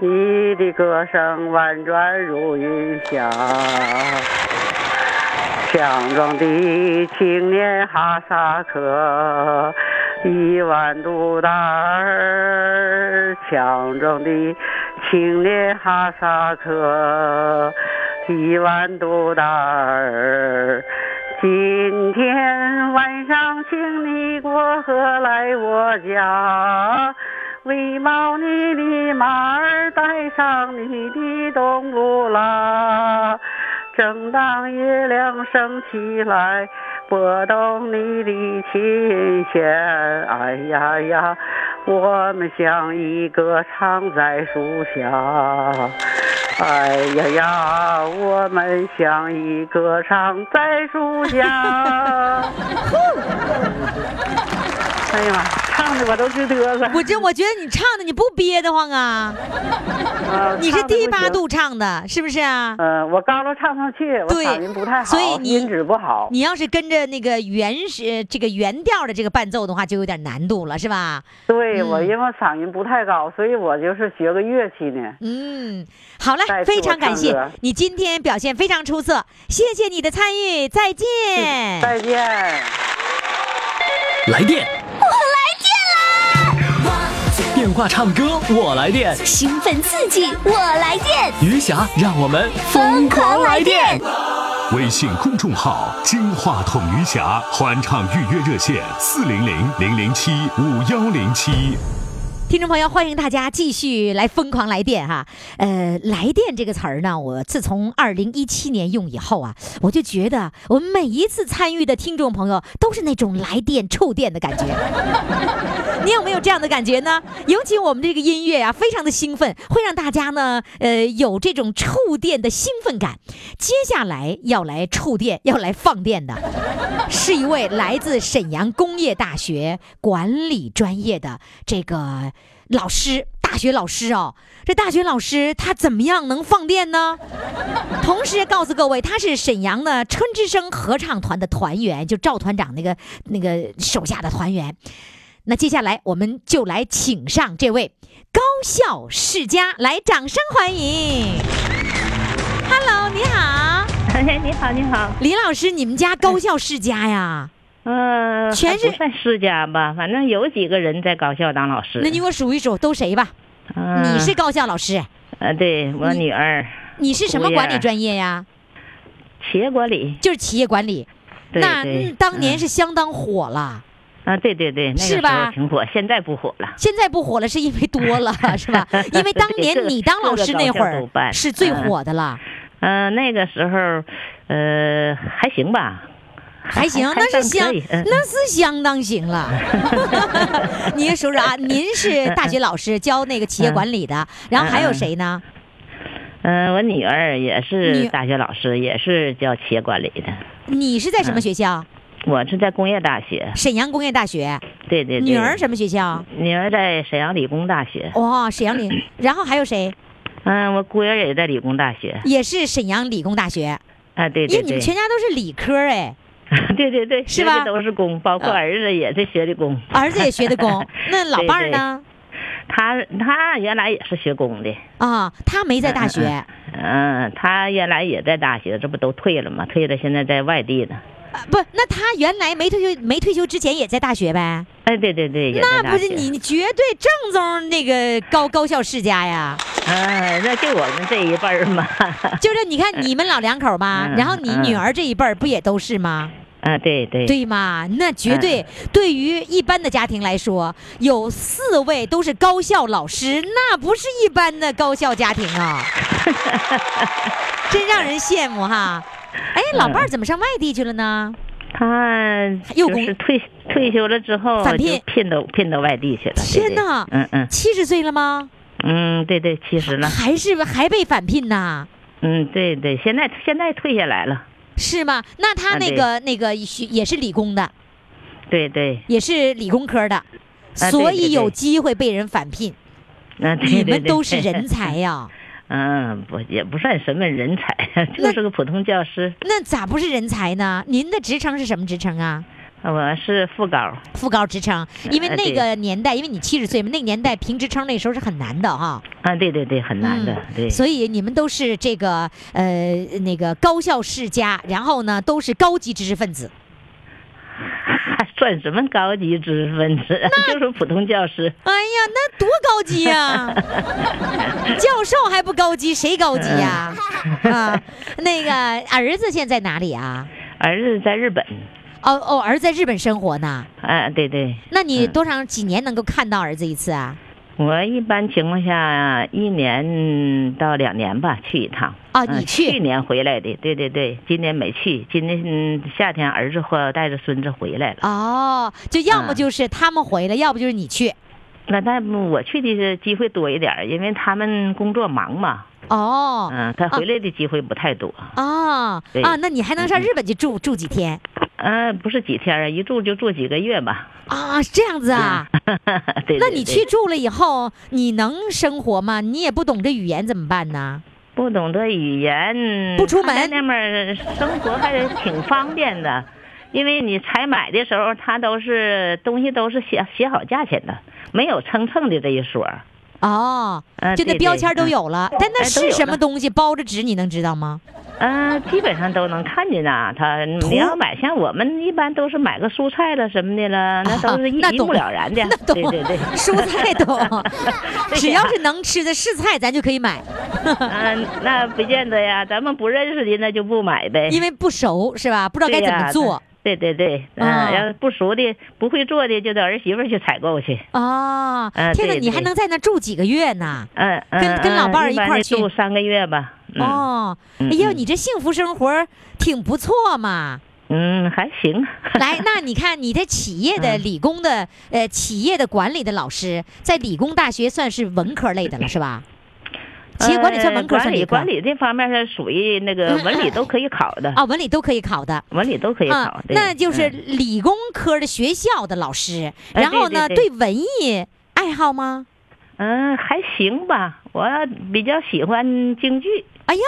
Speaker 7: 你的歌声婉转如云霞。强壮的青年哈萨克，一万度大儿；强壮的青年哈萨克，一万度大儿。今天晚上，请你过河来我家，喂毛你的马儿，带上你的冬不拉。正当月亮升起来，拨动你的琴弦，哎呀呀，我们像一个唱在树下。哎呀呀，我们像一个唱在树 下。哎呀妈，唱的我都直嘚瑟。
Speaker 2: 我这我觉得你唱的你不憋得慌啊，
Speaker 7: 啊
Speaker 2: 你是
Speaker 7: 唱得
Speaker 2: 第
Speaker 7: 不
Speaker 2: 八
Speaker 7: 行
Speaker 2: 度唱的，是不是啊？
Speaker 7: 嗯，我高了唱不上去，我
Speaker 2: 对
Speaker 7: 嗓音不太好，
Speaker 2: 所以你
Speaker 7: 音质不好。
Speaker 2: 你要是跟着那个原始呃这个原调的这个伴奏的话，就有点难度了，是吧？
Speaker 7: 对、
Speaker 2: 嗯
Speaker 7: 我因为嗓音不太高，所以我就是学个乐器呢。
Speaker 2: 嗯，好嘞
Speaker 7: 再，次
Speaker 2: 非常感
Speaker 7: 我
Speaker 2: 谢
Speaker 7: 唱歌
Speaker 2: 你今天表现非常出色，谢谢你的参与，再见。
Speaker 7: 嗯再见。
Speaker 6: 来电，我来电啦！电话唱歌，我来电。
Speaker 8: 兴奋刺激，我来电，
Speaker 6: 余霞，让我们
Speaker 8: 疯狂来电！
Speaker 9: 微信公众号“金话筒余霞”欢唱预约热线：四零零零零七五幺零七。
Speaker 2: 听众朋友，欢迎大家继续来疯狂来电哈。呃，来电这个词儿呢，我自从二零一七年用以后啊，我就觉得我们每一次参与的听众朋友都是那种来电触电的感觉。 你有没有这样的感觉呢？尤其我们这个音乐呀、啊非常的兴奋，会让大家呢，呃，有这种触电的兴奋感。接下来要来触电，要来放电的。是一位来自沈阳工业大学管理专业的这个老师，大学老师哦。这大学老师他怎么样能放电呢？同时告诉各位，他是沈阳的春之声合唱团的团员，就赵团长那个那个手下的团员。那接下来我们就来请上这位高校世家，来掌声欢迎。Hello，你好，
Speaker 5: 哎，你好，你好，
Speaker 2: 李老师，你们家高校世家呀？
Speaker 5: 嗯、还
Speaker 2: 全是
Speaker 5: 不算世家吧，反正有几个人在高校当老师。
Speaker 2: 那你给我数一数都谁吧？
Speaker 5: 嗯
Speaker 2: 你是高校老师，
Speaker 10: 啊
Speaker 2: 嗯
Speaker 5: 呃，对我女儿
Speaker 2: 你是什么
Speaker 5: 姑爷
Speaker 2: 管理专业呀？
Speaker 10: 企业管理，
Speaker 2: 就是企业管理。
Speaker 10: 对
Speaker 2: 那
Speaker 10: 对
Speaker 2: 嗯当年
Speaker 10: 嗯
Speaker 2: 是相当火了，
Speaker 10: 啊，对对对，那个
Speaker 2: 是
Speaker 10: 时
Speaker 2: 吧
Speaker 10: 候挺火，现在不火了。
Speaker 2: 现在不火了是因为多 了，是吧？因为当
Speaker 10: 对各
Speaker 2: 年你当老师那
Speaker 10: 各个
Speaker 2: 会
Speaker 10: 高校都
Speaker 2: 儿
Speaker 10: 办
Speaker 2: 是最火的了，
Speaker 10: 呃，那个时候，呃，还行吧，
Speaker 2: 还行，
Speaker 10: 还
Speaker 2: 那是
Speaker 10: 算
Speaker 2: 相
Speaker 10: 可以嗯
Speaker 2: 那是相当行了。 您说说啊，您是大学老师，教那个企业管
Speaker 10: 嗯
Speaker 2: 理的，然后还有谁呢？
Speaker 10: 呃，我女儿也
Speaker 2: 女
Speaker 10: 是大学老师，也是教企业管理的。
Speaker 2: 你是在什
Speaker 10: 嗯
Speaker 2: 么学校？
Speaker 10: 我是在工业大学，
Speaker 2: 沈阳工业大学。
Speaker 10: 对对对。
Speaker 2: 女儿什么学校？
Speaker 10: 女儿在沈阳理工大学。
Speaker 2: 哇、沈阳理。然后还有谁？
Speaker 10: 嗯，我姑爷也在理工大学。
Speaker 2: 也是沈阳理工大学。
Speaker 10: 啊，对
Speaker 2: 因
Speaker 10: 对
Speaker 2: 为你
Speaker 10: 对
Speaker 2: 们。全家都是理科哎，
Speaker 10: 对对对，
Speaker 2: 是
Speaker 10: 学
Speaker 2: 吧
Speaker 10: 的都是工，包括
Speaker 2: 啊
Speaker 10: 儿子也是学的工。
Speaker 2: 儿子也学 的工。那老伴儿呢？
Speaker 10: 他他原来也是学工的，
Speaker 2: 啊，他没在大学，
Speaker 10: 嗯，他原来也在大学，这不都退了吗？退了，现在在外地呢。
Speaker 2: 啊不，那他原来没退休，没退休之前也在大学呗？
Speaker 10: 哎，对对对，也在
Speaker 2: 那
Speaker 10: 大
Speaker 2: 不是
Speaker 10: 学
Speaker 2: 你，你绝对正宗那个高高校世家呀！
Speaker 10: 啊，那就我们这一辈儿嘛。
Speaker 2: 就是你看你们老两口嘛，
Speaker 10: 哎嗯
Speaker 2: 然后你
Speaker 10: 嗯
Speaker 2: 女儿这一辈儿不也都是吗？
Speaker 10: 啊，对对哎
Speaker 2: 对吗？那绝对对于一般的家庭来说，有四位都是高校老师，那不是一般的高校家庭 啊，真让人羡慕哈！哎，
Speaker 10: 嗯
Speaker 2: 老伴儿怎么上外地去了呢？
Speaker 10: 他
Speaker 2: 又
Speaker 10: 就
Speaker 2: 工
Speaker 10: 是退退休了之后
Speaker 2: 返
Speaker 10: 就
Speaker 2: 聘
Speaker 10: 聘到聘到外地去了。对
Speaker 2: 天哪
Speaker 10: 对嗯嗯
Speaker 2: 七十岁了吗？
Speaker 10: 嗯，对对，其实呢，
Speaker 2: 还是还被返聘呐？
Speaker 10: 嗯，对对，现在现在退下来了，
Speaker 2: 是吗？那他
Speaker 10: 啊
Speaker 2: 那
Speaker 10: 对
Speaker 2: 个、那个学也是理工的，
Speaker 10: 对对，
Speaker 2: 也是理工科的，
Speaker 10: 啊对
Speaker 2: 所以
Speaker 10: 对
Speaker 2: 有
Speaker 10: 对
Speaker 2: 机会被人返聘。
Speaker 10: 嗯， 对
Speaker 2: 你
Speaker 10: 对
Speaker 2: 们
Speaker 10: 对
Speaker 2: 都是人才啊呀、
Speaker 10: 嗯，不也不算什么人才， 就是个普通教师。
Speaker 2: 那咋不是人才呢？您的职称是什么职称啊？
Speaker 10: 我是副高，
Speaker 2: 副高职称，因为
Speaker 10: 呃
Speaker 2: 那
Speaker 10: 对
Speaker 2: 个年代，因为你七十岁嘛，那个年代评职称那时候是很难的哈，
Speaker 10: 啊，对对对，很难的，对，
Speaker 2: 嗯所以你们都是这个呃那个高校世家，然后呢都是高级知识分子，
Speaker 10: 还 算什么高级知识分子？啊就是普通教师。
Speaker 2: 哎呀，那多高级呀、 教授还不高级，谁高级 呀、啊？那个儿子现在哪里啊？
Speaker 10: 儿子在日本，
Speaker 2: 哦哦，儿子在日本生活呢。
Speaker 10: 啊，对对，
Speaker 2: 那你
Speaker 10: 嗯
Speaker 2: 多长几年能够看到儿子一次啊？
Speaker 10: 我一般情况下一年到两年吧去一趟。
Speaker 2: 啊
Speaker 10: 嗯
Speaker 2: 你去
Speaker 10: 去年回来的，对对对，今年没去，今年嗯夏天儿子或带着孙子回来了。
Speaker 2: 哦，就要么
Speaker 10: 嗯
Speaker 2: 就是他们回来，要不就是你去。
Speaker 10: 那但我去的机会多一点儿，因为他们工作忙嘛，
Speaker 2: 哦，
Speaker 10: 嗯，他回来的机会不太多。
Speaker 2: 哦，
Speaker 10: 对
Speaker 2: 啊，那你还能上
Speaker 10: 嗯嗯
Speaker 2: 日本去住住几天
Speaker 10: 嗯，不是几天啊，一住就住几个月吧。
Speaker 2: 啊？是这样子啊？
Speaker 10: 对，
Speaker 2: 那
Speaker 10: 对
Speaker 2: 你
Speaker 10: 对
Speaker 2: 去住了以后，你能生活吗？你也不懂这语言怎么办呢？
Speaker 10: 不懂得语言，
Speaker 2: 不出门
Speaker 10: 他在那边儿生活还是挺方便的，因为你采买的时候，他都是东西都是写写好价钱的，没有称蹭的这一说儿。
Speaker 2: 哦
Speaker 10: 啊，
Speaker 2: 就那
Speaker 10: 对
Speaker 2: 标
Speaker 10: 对
Speaker 2: 签都
Speaker 10: 嗯
Speaker 2: 有了，但那
Speaker 10: 哎都
Speaker 2: 是
Speaker 10: 有
Speaker 2: 什么
Speaker 10: 了
Speaker 2: 东西包着纸，你能知道吗？
Speaker 10: 嗯、基本上都能看见呐。他你要买，像我们一般都是买个蔬菜了什么的了，那都是一、
Speaker 2: 啊那
Speaker 10: 一
Speaker 2: 懂
Speaker 10: 目了然的。
Speaker 2: 那懂
Speaker 10: 对对对，
Speaker 2: 蔬 菜懂，只要是能吃的是菜，咱就可以买，
Speaker 10: 嗯、那不见得呀，咱们不认识的那就不买呗。
Speaker 2: 因为不熟是吧？不知道该
Speaker 10: 哎对
Speaker 2: 怎么
Speaker 10: 呀
Speaker 2: 做。
Speaker 10: 对对对，嗯、
Speaker 2: 啊
Speaker 10: 要是不熟的、不会做的，就到儿媳妇儿去采购去。
Speaker 2: 哦
Speaker 10: 啊，
Speaker 2: 天哪，
Speaker 10: 对
Speaker 2: 你还
Speaker 10: 对
Speaker 2: 能在那住几个月呢？
Speaker 10: 嗯，嗯
Speaker 2: 跟跟老伴儿一
Speaker 10: 般
Speaker 2: 块儿
Speaker 10: 得
Speaker 2: 去
Speaker 10: 住三个月吧。嗯、，
Speaker 2: 哦，哎
Speaker 10: 嗯
Speaker 2: 呦，
Speaker 10: 嗯
Speaker 2: 你这幸福生活儿挺不错嘛！
Speaker 10: 嗯，还行。
Speaker 2: 来，那你看你这企业
Speaker 10: 嗯
Speaker 2: 的理工的，呃，企业的管理的老师，在理工大学算是文科类的了，是吧？企业管理算文科
Speaker 10: 呃
Speaker 2: 算
Speaker 10: 管
Speaker 2: 理
Speaker 10: 理
Speaker 2: 科
Speaker 10: 管理这方面是属于那个
Speaker 2: 嗯
Speaker 10: 文理都可以考的，
Speaker 2: 啊，文理都可以考的。
Speaker 10: 文理都可以考
Speaker 2: 啊。，
Speaker 10: 对
Speaker 2: 那就是
Speaker 10: 嗯
Speaker 2: 理工科的学校的老师，
Speaker 10: 哎
Speaker 2: 然后呢，
Speaker 10: 对对
Speaker 2: 对文艺爱好吗？
Speaker 10: 嗯还行吧。我比较喜欢京剧，
Speaker 2: 哎呀，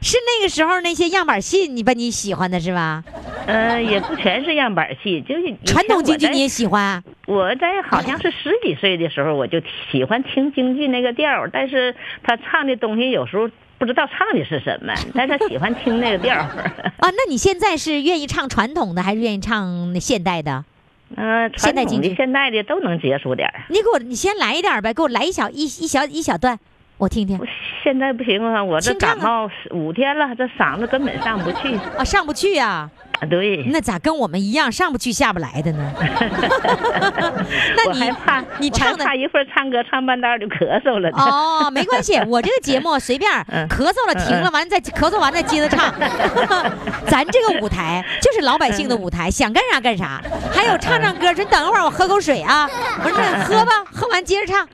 Speaker 2: 是那个时候那些样板戏，你把你喜欢的是吧？
Speaker 10: 嗯，也不全是样板戏，就是以前
Speaker 2: 传统京剧
Speaker 10: 我在
Speaker 2: 你也喜 欢？
Speaker 10: 我在好像是十几岁的时候，我就喜欢听京剧那个调儿，但是他唱的东西有时候不知道唱的是什么， 但是喜欢听那个调儿。
Speaker 2: 啊，那你现在是愿意唱传统的，还是愿意唱现代的？
Speaker 10: 嗯，
Speaker 2: 现
Speaker 10: 传
Speaker 2: 代
Speaker 10: 统
Speaker 2: 京剧
Speaker 10: 的、现代的都能接触点儿。
Speaker 2: 你给我，你先来一点儿呗，给我来一小一一小一小段，我听听
Speaker 5: 我现在不行啊，我这
Speaker 2: 清唱啊
Speaker 5: 感冒五天了，这嗓子根本上不去。
Speaker 2: 啊，上不去呀、
Speaker 5: 啊对，
Speaker 2: 那咋跟我们一样上不去下不来的呢？那
Speaker 5: 我
Speaker 2: 你
Speaker 5: 害怕，
Speaker 2: 你
Speaker 5: 我害
Speaker 2: 唱的
Speaker 5: 怕一会儿唱歌唱半道儿就咳嗽了呢。
Speaker 2: 哦，没 关系，我这个节目随便儿
Speaker 5: 嗯
Speaker 2: 咳嗽了停了，完了再咳嗽完再接着唱。 咱这个舞台就是老百姓的舞
Speaker 5: 嗯
Speaker 2: 台，想干啥干啥。还有唱唱歌，说等一会儿我喝口水啊，
Speaker 5: 嗯
Speaker 2: 我说那喝吧，喝完接着唱。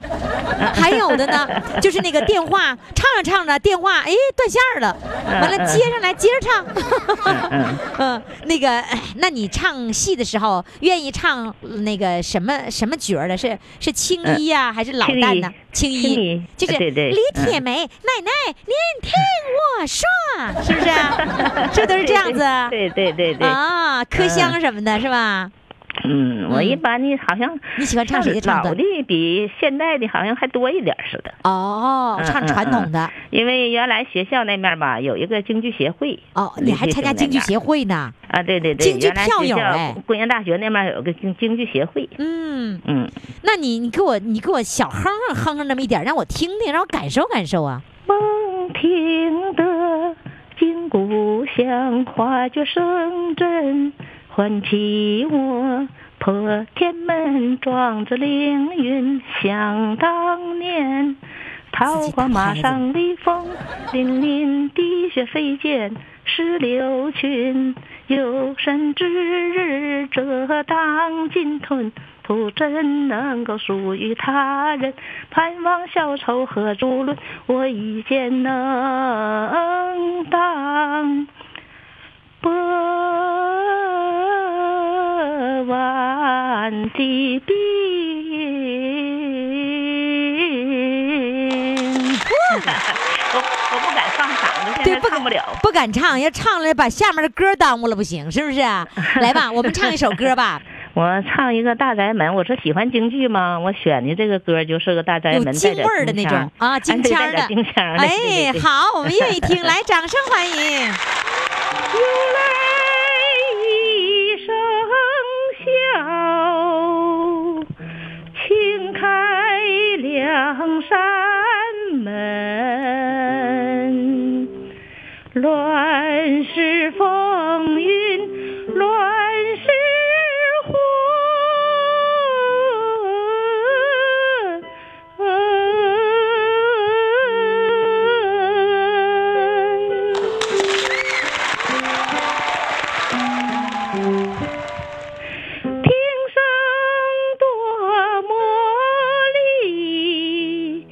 Speaker 2: 还有的呢，就是那个电话唱着唱着电话哎断线儿了，
Speaker 5: 嗯
Speaker 2: 完了接上来接着唱。 嗯，那个，哎那你唱戏的时候愿意唱那个什么什么角儿的？是是青衣呀、还是老
Speaker 5: 青
Speaker 2: 旦
Speaker 5: 衣
Speaker 2: 呢？青
Speaker 5: 呃青
Speaker 2: 衣
Speaker 10: 嗯
Speaker 5: 衣
Speaker 2: 就是
Speaker 5: 对对嗯
Speaker 2: 李铁梅、奶奶，您听我说，是不是啊？是不是都是这样 子啊？
Speaker 5: 对对对对，
Speaker 2: 啊，磕香什么的，是吧？
Speaker 5: 嗯，我一
Speaker 2: 嗯
Speaker 5: 般呢好像
Speaker 2: 你喜欢唱谁的唱
Speaker 5: 老
Speaker 2: 的？
Speaker 5: 的比现代的好像还多一点儿似的。
Speaker 2: 哦，
Speaker 5: 嗯
Speaker 2: 唱传统的。
Speaker 5: 因为原来学校那面吧有一个京剧协会
Speaker 2: 哦，你还参加京剧协会呢？
Speaker 5: 啊，对对对，
Speaker 2: 京剧
Speaker 5: 原来
Speaker 2: 票
Speaker 5: 学
Speaker 2: 友
Speaker 5: 校
Speaker 2: 哎
Speaker 5: 工业大学那面有个京京剧协会，
Speaker 2: 嗯，
Speaker 5: 嗯，
Speaker 2: 那你你给我你给我小哼哼哼哼那么一点儿，让我听听，让我感受感受啊。
Speaker 5: 孟听得金鼓响，花角声震，唤起我破天门庄子凌云。想当年，桃花马上的风，粼粼滴血飞溅石榴裙。有生之日，这当金吞。徒真能够属于他人，盼望小丑和朱伦，我一见能当博万的兵。我我不敢放嗓子，
Speaker 2: 对
Speaker 5: 现在
Speaker 2: 不敢
Speaker 5: 唱不了。
Speaker 2: 不敢唱，要唱了把下面的歌耽误了不行，是不是啊？来吧，我们唱一首歌 吧，
Speaker 5: 我唱一个大宅门，我说喜欢京剧吗？我选的这个歌就是个大宅
Speaker 2: 有
Speaker 5: 门，
Speaker 2: 京
Speaker 5: 带
Speaker 2: 味
Speaker 5: 点
Speaker 2: 儿的那
Speaker 5: 腔
Speaker 2: 种啊，京腔
Speaker 5: 哎对带
Speaker 2: 儿
Speaker 5: 点
Speaker 2: 的，
Speaker 5: 京腔儿的，对对
Speaker 2: 哎，
Speaker 5: 对
Speaker 2: 好，我们愿意听，来，掌声欢迎。
Speaker 5: 如雷一声啸，轻开两扇门。乱世风云，乱世祸。平生多磨砺，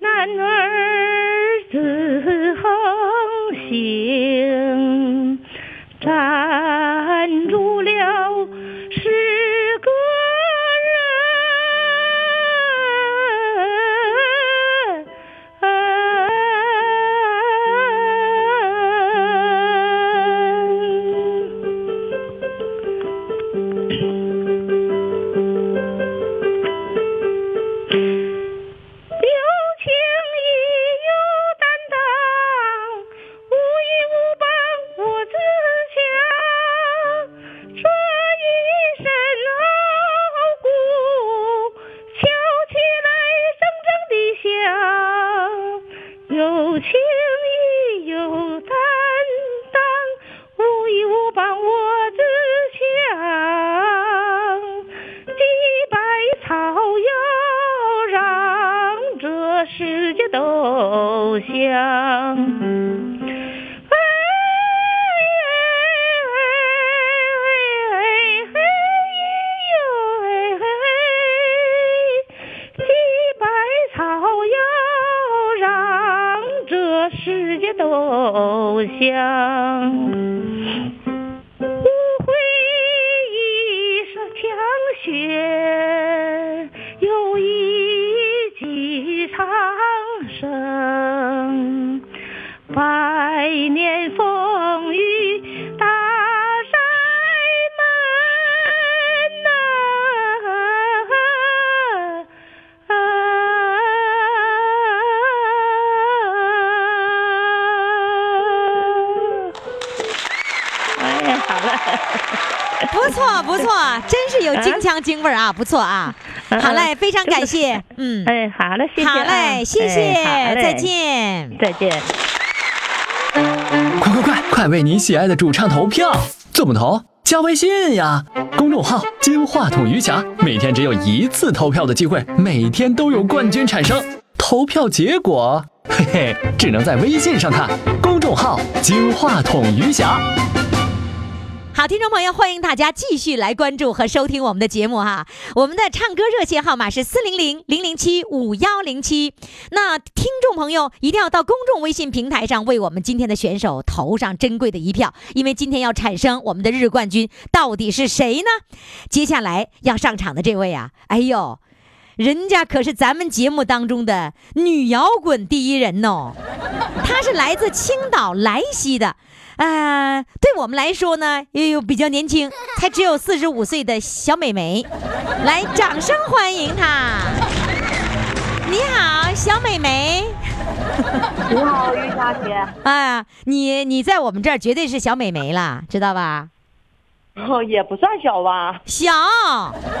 Speaker 5: 男儿自横行，站住了是个人。有情义，有担当，无依无傍，我自强。这一身傲骨，敲起来铮铮地响。有情义，有担当，无依无傍，我自强。几百草妖让这世界都香。哎哎哎哎哎呦哎！几百草妖让这世界都香。哎无悔一身强雪，有一技长生，百年风雨大山门呐、啊。哎呀，好了。
Speaker 2: 不错不错，真是有京腔京味儿啊，不错啊。
Speaker 5: 嗯
Speaker 2: 好嘞，非常感谢，嗯，
Speaker 5: 哎，好嘞，谢谢、啊，
Speaker 2: 好嘞，谢谢，
Speaker 5: 哎好嘞
Speaker 2: 再，见。
Speaker 5: 再见。
Speaker 6: 快快快，快为你喜爱的主唱投票！怎么投？加微信呀，公众号“金话筒余霞”，每天只有一次投票的机会，每天都有冠军产生。投票结果，嘿嘿，只能在微信上看。公众号“金话筒余霞”。
Speaker 2: 好，听众朋友，欢迎大家继续来关注和收听我们的节目哈。我们的唱歌热线号码是四零零零零七五幺零七。那听众朋友一定要到公众微信平台上为我们今天的选手投上珍贵的一票，因为今天要产生我们的日冠军到底是谁呢？接下来要上场的这位啊，哎呦，人家可是咱们节目当中的女摇滚第一人哦。他是来自青岛莱西的，呃，对我们来说呢，也有比较年轻，才只有四十五岁的小美眉，来，掌声欢迎她。你好，小美眉。
Speaker 11: 你好，于霞姐。
Speaker 2: 啊，你你在我们这儿绝对是小美眉了，知道吧？
Speaker 11: 哦，也不算小吧？
Speaker 2: 小，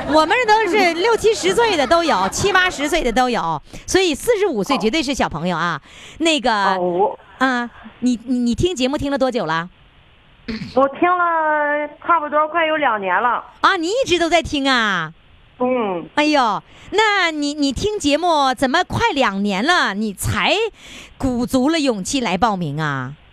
Speaker 2: 我们这 都是六七十岁的都有，七八十岁的都有，所以四十五岁绝对是小朋友啊。那个，
Speaker 11: 哦，
Speaker 2: 啊，你你你听节目听了多久了？
Speaker 11: 我听了差不多快有两年了。
Speaker 2: 啊，你一直都在听啊？
Speaker 11: 嗯，
Speaker 2: 哎呦，那你你听节目怎么快两年了，你才鼓足了勇气来报名啊？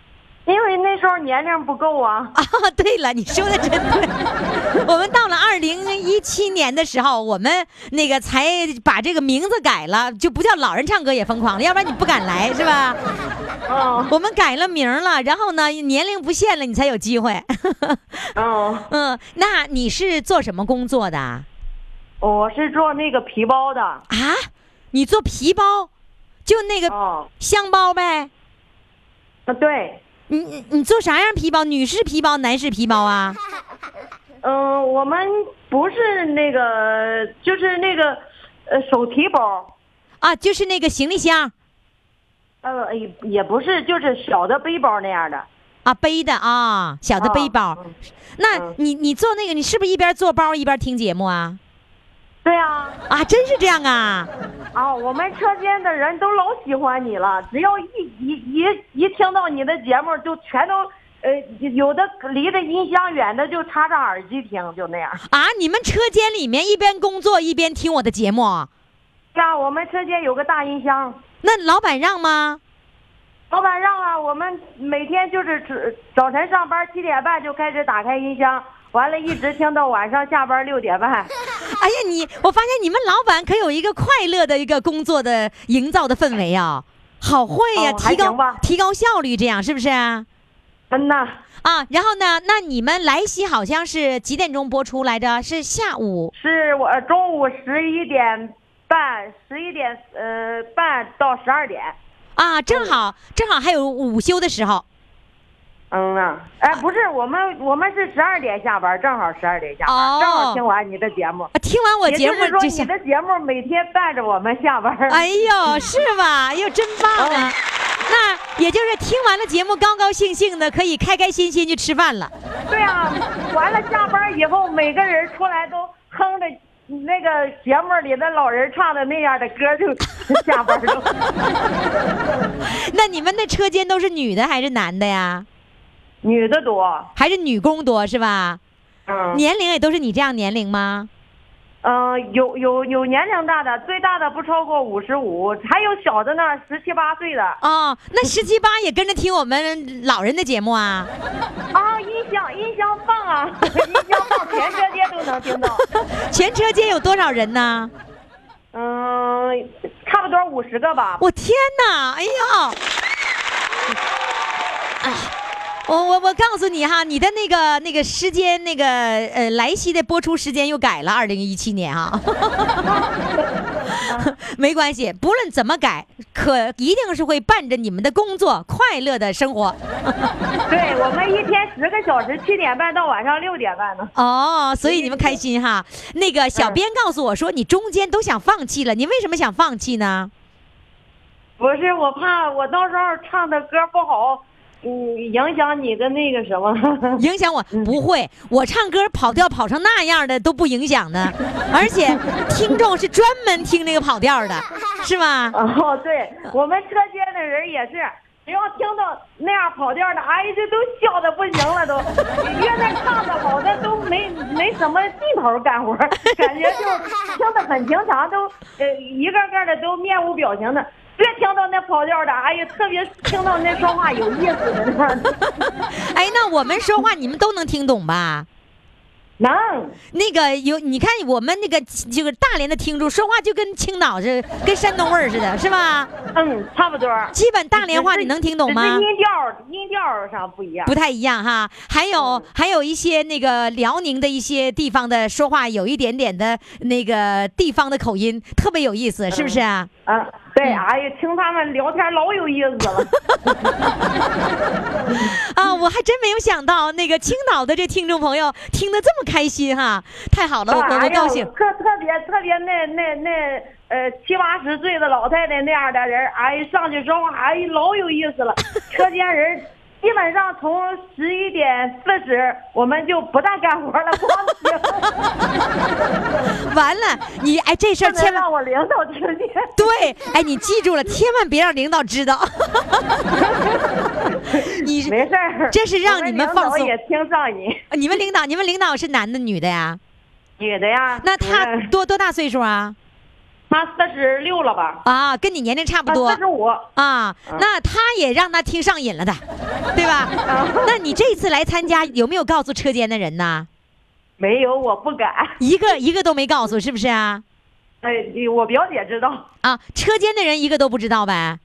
Speaker 11: 因为那时候年龄不够啊。
Speaker 2: 啊，对了，你说的真对。我们到了二零一七年的时候，我们那个才把这个名字改了，就不叫老人唱歌也疯狂了，要不然你不敢来是吧？
Speaker 11: 嗯
Speaker 2: 我们改了名了，然后呢，年龄不限了，你才有机会。
Speaker 11: 嗯，
Speaker 2: 嗯，那你是做什么工作的啊？
Speaker 11: 我是做那个皮包的。
Speaker 2: 啊，你做皮包，就
Speaker 7: 啊
Speaker 2: 那个
Speaker 11: 哦，
Speaker 2: 箱包呗？
Speaker 11: 啊对，
Speaker 2: 你你你做啥样皮包？女士皮包，男士皮包 啊？
Speaker 11: 嗯，我们不是那个，就是那个，呃，手提包，
Speaker 2: 啊，就是那个行李箱
Speaker 11: 呃，也也不是，就是小的背包那样的。
Speaker 2: 啊，背的啊，小的背包。
Speaker 11: 嗯
Speaker 2: 那
Speaker 11: 嗯
Speaker 2: 你你做那个，你是不是一边做包一边听节目啊？
Speaker 11: 对啊，
Speaker 2: 啊，真是这样啊！
Speaker 11: 啊，我们车间的人都老喜欢你了，只要一一一一听到你的节目，就全都呃，有的离着音箱远的就插上耳机听，就那样。
Speaker 2: 啊，你们车间里面一边工作一边听我的节目，
Speaker 11: 呀，我们车间有个大音箱，
Speaker 2: 那老板让吗？
Speaker 11: 老板让啊，我们每天就是只早晨上班七点半就开始打开音箱，完了，一直听到晚上下班六点半。
Speaker 2: 哎呀，你我发现你们老板可有一个快乐的一个工作的营造的氛围啊，好会呀、
Speaker 11: 哦
Speaker 2: 提
Speaker 11: 还
Speaker 2: 高
Speaker 11: 行吧
Speaker 2: 提高效率，这样是不是啊？
Speaker 11: 嗯呐，
Speaker 2: 啊，然后呢？那你们莱西好像是几点钟播出来着？是下午
Speaker 11: 是我中午十一点半，十一点呃半到十二点。
Speaker 2: 啊，正好正好还有午休的时候
Speaker 11: 嗯呐，哎，不是，我们我们是十二点下班，正好十二点下班，
Speaker 2: 哦
Speaker 11: 正好听完你的节目。
Speaker 2: 啊。听完我节目
Speaker 11: 也就是
Speaker 2: 就
Speaker 11: 说，你
Speaker 2: 行。
Speaker 11: 的节目每天伴着我们下班。
Speaker 2: 哎呦，是吧？哎呦，真棒
Speaker 11: 哦
Speaker 2: 啊！那也就是听完了节目，高高兴兴的，可以开开心心去吃饭了。
Speaker 11: 对啊，完了下班以后，每个人出来都哼着那个节目里的老人唱的那样的歌就 下班了。
Speaker 2: 那你们那车间都是女的还是男的呀？
Speaker 11: 女的多，
Speaker 2: 还是女工多是吧？
Speaker 11: 嗯，
Speaker 2: 年龄也都是你这样年龄吗？
Speaker 11: 嗯、有有有年龄大的，最大的不超过五十五，还有小的呢，十七八岁的
Speaker 2: 哦，那十七八也跟着听我们老人的节目啊？
Speaker 11: 啊，音响音响放啊， 音响放，全车间都能听到。
Speaker 2: 全车间有多少人呢？
Speaker 11: 嗯、差不多五十个吧。
Speaker 2: 我天哪！哎呦，哎我我我告诉你哈，你的那个那个时间，那个呃莱西的播出时间又改了，二零一七年哈。 没关系，不论怎么改，可一定是会伴着你们的工作快乐的生活。
Speaker 11: 对我们一天十个小时，七点半到晚上六点半呢。
Speaker 2: 哦，所以你们开心哈。那个小编告诉我说，你中间都想放弃了，你为什么想放弃呢？
Speaker 11: 不是，我怕我到时候唱的歌不好，嗯影响你的那个什么了。
Speaker 2: 影响我不会，我唱歌跑调跑成那样的都不影响的，而且听众是专门听那个跑调的，是吗？
Speaker 11: 哦，对我们车间的人也是，只要听到那样跑调的，哎，这都笑的不行了都，越那唱的好的都没没什么劲头干活， 感觉就听的很平常，都呃一个个的都面无表情的。越听到那跑调的，哎呀，特别听到那说话有意思的那样 的，
Speaker 2: 哎，那我们说话你们都能听懂吧？
Speaker 11: 能。
Speaker 2: 那个有，你看我们那个这个大连的听众说话就跟青岛似的，跟山东味儿似的，是吧？
Speaker 11: 嗯，差不多。
Speaker 2: 基本大连话你能听懂
Speaker 11: 只
Speaker 2: 吗
Speaker 11: 是？音调音调啥不一样，
Speaker 2: 不太一样哈，还有、还有一些那个辽宁的一些地方的说话有一点点的那个地方的口音，特别有意思，是不是啊？
Speaker 11: 啊，对，哎呀，听他们聊天老有意思了。
Speaker 2: 啊，我还真没有想到那个青岛的这听众朋友听得这么开心哈，太好了，我我
Speaker 11: 哎
Speaker 2: 我
Speaker 11: 呀
Speaker 2: 高兴。
Speaker 11: 特特别特别那那那呃七八十岁的老太太那样的人，哎，上去说话，哎，老有意思 了。车间人基本上从十一点四十，我们就不大干活了，光听，哎
Speaker 2: 完了，你哎这事儿
Speaker 11: 不能
Speaker 2: 千万
Speaker 11: 让我领导听 见。
Speaker 2: 对，哎你记住了，千万别让领导知道。 你是
Speaker 11: 没事儿，
Speaker 2: 这是让你们放
Speaker 11: 我
Speaker 2: 松
Speaker 11: 领导也听上瘾。
Speaker 2: 你们领导，你们领导是男的女的呀？
Speaker 11: 女的呀，嗯
Speaker 2: 那
Speaker 11: 主
Speaker 2: 他
Speaker 11: 任
Speaker 2: 多多大岁数啊？
Speaker 11: 她四十六了吧？
Speaker 2: 啊，跟你年龄差不
Speaker 11: 她
Speaker 2: 多
Speaker 11: 四十五。
Speaker 2: 啊。
Speaker 11: 嗯
Speaker 2: 那他也让他听上瘾了的，对吧？
Speaker 11: 嗯
Speaker 2: 那你这次来参加有没有告诉车间的人呢？
Speaker 11: 没有，我不敢。
Speaker 2: 一个一个都没告诉，是不是啊？
Speaker 11: 哎，我表姐知道。
Speaker 2: 啊，车间的人一个都不知道呗。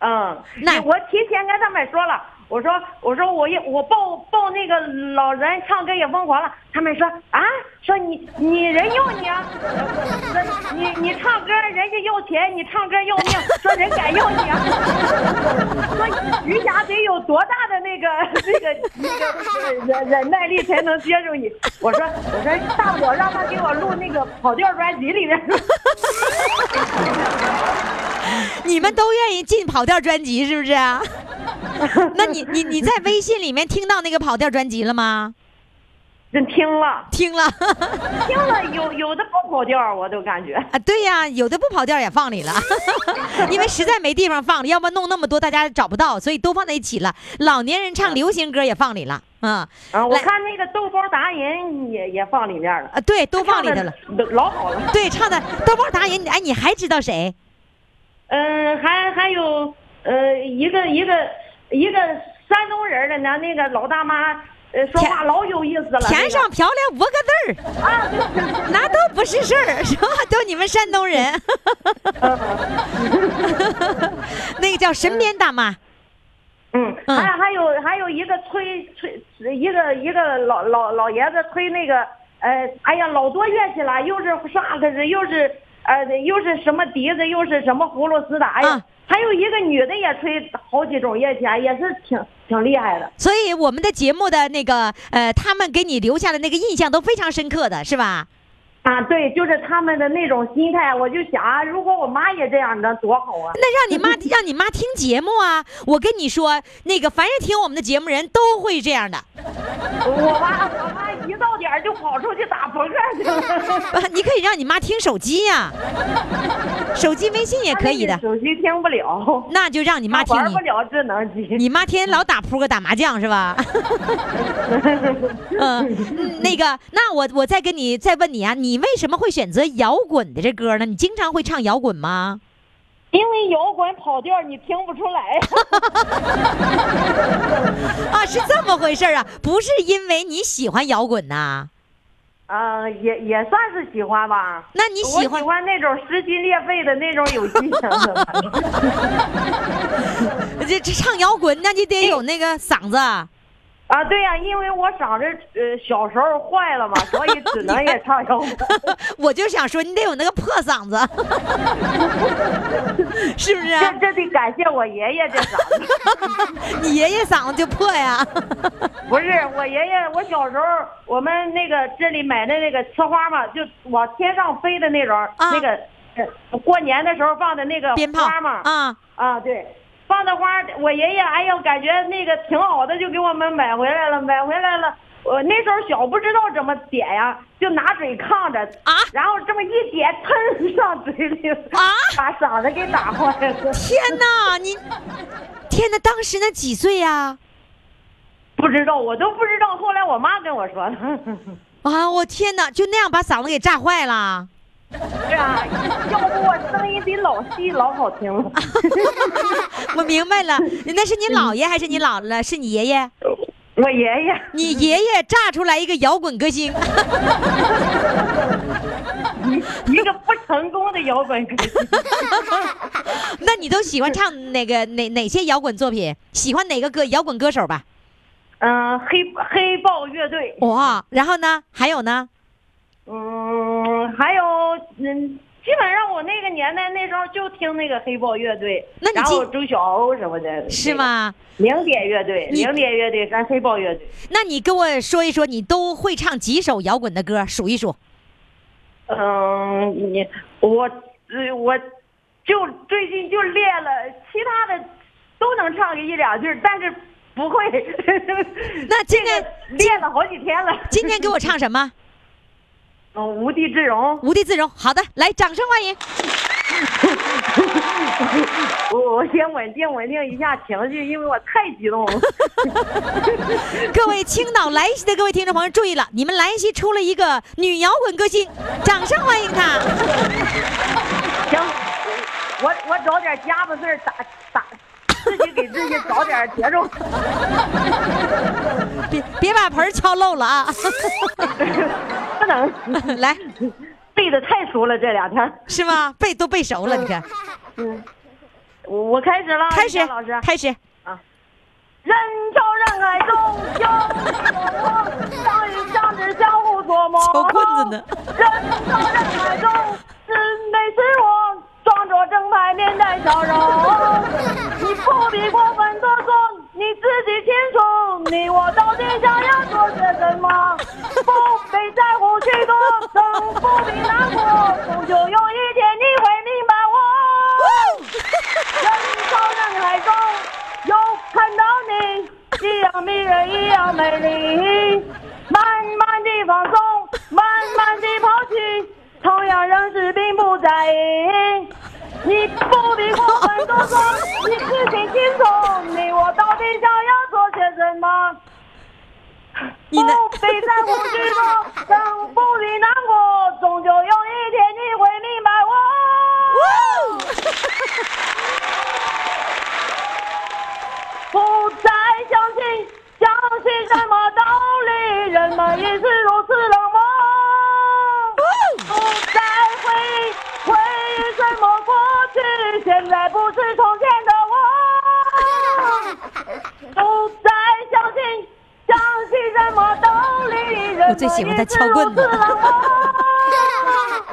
Speaker 11: 嗯，
Speaker 2: 那
Speaker 11: 我提前跟他们说了，我说我说我也我报报那个老人唱歌也疯狂了，他们说啊，说你你人要你啊，说你你唱歌人家要钱，你唱歌要命，说人敢要你啊， 说余霞得有多大的那个那个那个忍忍耐力才能接受你？我说我说大不了让他给我录那个跑调专辑里面。
Speaker 2: 你们都愿意进跑调专辑，是不是啊？那你你你在微信里面听到那个跑调专辑了吗？
Speaker 11: 真听了，
Speaker 2: 听了
Speaker 11: 听了有有的不跑调，我都感觉。
Speaker 2: 啊，对呀、有的不跑调也放里了， 因为实在没地方放了，要不弄那么多大家找不到，所以都放在一起了。老年人唱流行歌也放里了，嗯
Speaker 11: 啊，我
Speaker 2: 来
Speaker 11: 看那个豆包达人也也放里面了，
Speaker 2: 啊，对，都放里头了。
Speaker 11: 唱得老好了。
Speaker 2: 对，唱的豆包达人，哎，你还知道谁？
Speaker 11: 嗯、还还有呃一个一个一个山东人的呢，那个老大妈呃说话
Speaker 2: 田
Speaker 11: 老有意思了。
Speaker 2: 填上漂亮五个字儿，
Speaker 11: 啊，对对对
Speaker 2: 那都不是事儿，是吧？都你们山东人， 那个叫神鞭大妈。
Speaker 11: 嗯，
Speaker 2: 嗯
Speaker 11: 还还有还有一个吹吹一个一个老老老爷子吹那个呃，哎呀，老多乐器了，又是萨克斯，又是呃，又是什么笛子，又是什么葫芦丝的，哎呀，
Speaker 2: 啊
Speaker 11: 还有一个女的也吹好几种乐器，啊，也是挺挺厉害的。
Speaker 2: 所以我们的节目的那个呃，他们给你留下的那个印象都非常深刻的是吧？
Speaker 11: 啊，对，就是他们的那种心态，我就想啊，如果我妈也这样，那多好 啊！
Speaker 2: 那让你妈让你妈听节目啊！我跟你说，那个凡是听我们的节目人都会这样的。
Speaker 11: 我妈，我妈一到点儿就跑出去打扑克去了。
Speaker 2: 啊你可以让你妈听手机呀、手机微信也可以的，
Speaker 11: 手机听不了，
Speaker 2: 那就让你妈听
Speaker 11: 玩
Speaker 2: 你
Speaker 11: 不。了智能 机。
Speaker 2: 你妈天天老打扑克、打麻将是吧？嗯，那个，那我我再跟你再问你啊，你为什么会选择摇滚的这歌呢？你经常会唱摇滚吗？
Speaker 11: 因为摇滚跑调你听不出 来，
Speaker 2: 啊，是这么回事儿啊，不是因为你喜欢摇滚呐、
Speaker 11: 啊、也也算是喜欢吧。
Speaker 2: 那你喜
Speaker 11: 我
Speaker 2: 欢
Speaker 11: 喜欢那种撕心裂肺的那种有激情的 吧，
Speaker 2: 这这唱摇滚，那你得有那个嗓子啊。
Speaker 11: 啊，对呀、因为我嗓子呃小时候坏了嘛，所以只能也唱摇 滚。
Speaker 2: 我就想说，你得有那个破嗓子，是不是啊、
Speaker 11: 这这得感谢我爷爷这嗓子，
Speaker 2: 你爷爷嗓子就破呀？
Speaker 11: 不是我爷爷，我小时候我们那个这里买的那个呲花嘛，就往天上飞的那种，那个、呃过年的时候放的那个
Speaker 2: 啊鞭炮
Speaker 11: 花嘛，
Speaker 2: 啊，
Speaker 11: 啊，对，放的花，我爷爷哎呦感觉那个挺好的，就给我们买回来了，买回来了。我那时候小不知道怎么点呀、就拿嘴炕着啊，然后这么一点，噌上嘴里啊，把嗓子给打坏了。
Speaker 2: 天哪，你天哪，当时那几岁啊呀、
Speaker 11: 不知道，我都不知道。后来我妈跟我说的。
Speaker 2: 啊，我天哪，就那样把嗓子给炸坏了。
Speaker 11: 是啊，要不我声音比老戏老好听 了。
Speaker 2: 我明白了，那是你姥爷还是你姥姥？是你爷爷？
Speaker 11: 我爷爷。
Speaker 2: 你爷爷炸出来一个摇滚歌星。
Speaker 11: 一个不成功的摇滚歌星。
Speaker 2: 那你都喜欢唱哪个哪哪些摇滚作品？喜欢哪个歌摇滚歌手吧？
Speaker 11: 嗯、黑黑豹乐队。
Speaker 2: 哇，然后呢？还有呢？
Speaker 11: 嗯，还有嗯，基本上我那个年代那时候就听那个黑豹乐队，
Speaker 2: 那你
Speaker 11: 然
Speaker 2: 记
Speaker 11: 后周晓鸥什么的，
Speaker 2: 是？吗？
Speaker 11: 零点乐队，
Speaker 2: 你
Speaker 11: 零点乐队跟黑豹乐队，
Speaker 2: 那你跟我说一说，你都会唱几首摇滚的歌？数一数。
Speaker 11: 嗯，你我呃我就最近就练了，其他的都能唱个一两句儿，但是不会。
Speaker 2: 那今 天
Speaker 11: 练了好几天了，
Speaker 2: 今天给我唱什么？
Speaker 11: 嗯，无地自容。
Speaker 2: 无地自容。好的，来，掌声欢迎。
Speaker 11: 我我先稳定稳定一下情绪，因为我太激 动了。
Speaker 2: 各位青岛莱西的各位听众朋友注意了，你们莱西出了一个女摇滚歌星，掌声欢迎她。
Speaker 11: 行，我我找点家伙事儿打打，自己给自己找点节奏。
Speaker 2: 别别把盆儿敲漏了 啊！
Speaker 11: 不能，
Speaker 2: 来，
Speaker 11: 背的太熟了，这两天。
Speaker 2: 是吗？背都背熟了，你看，
Speaker 11: 嗯，我我开始了，
Speaker 2: 开始
Speaker 11: 于哎谦老师，
Speaker 2: 开始。
Speaker 11: 人潮人海中，有你我 我，相遇相知相互琢磨。
Speaker 2: 敲棍子呢？
Speaker 11: 人潮人海中，是你是我，装作正派面带笑容。你不必过分多说，你自己清楚，你我到底想要做些什么？不必在乎许多，更不必难过，终究有一天你会明白我。人潮人海中，又看到你，一样迷人，一样美丽。慢慢地放松，慢慢地抛弃，同样仍是并不在意。你不必过分多说，你自己清楚，你我到底想要做些什么。
Speaker 2: 你呢
Speaker 11: 不必在乎许多，更不必难过，终究有一天你会明白我。不再相信，相信什么道理？人们也是如此冷漠。
Speaker 2: 嗯
Speaker 11: 不再回忆，回忆什么过去？现在不是从前的我。不再相信，相信什么道理？人
Speaker 2: 我最喜欢他敲棍子
Speaker 11: 们也是如此冷漠。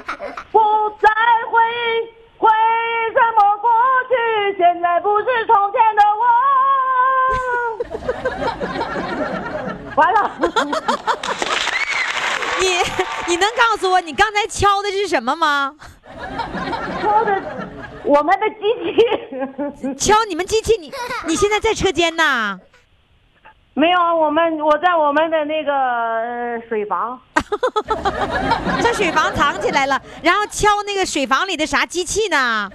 Speaker 11: 不再回忆，回忆什么过去？现在不是从前的我。完了，
Speaker 2: 你你能告诉我你刚才敲的是什么吗？
Speaker 11: 说的我们的机器
Speaker 2: 敲你们机器，你你现在在车间呐？
Speaker 11: 没有，啊我们我在我们的那个呃水房。
Speaker 2: 在水房藏起来了，然后敲那个水房里的啥机器呢？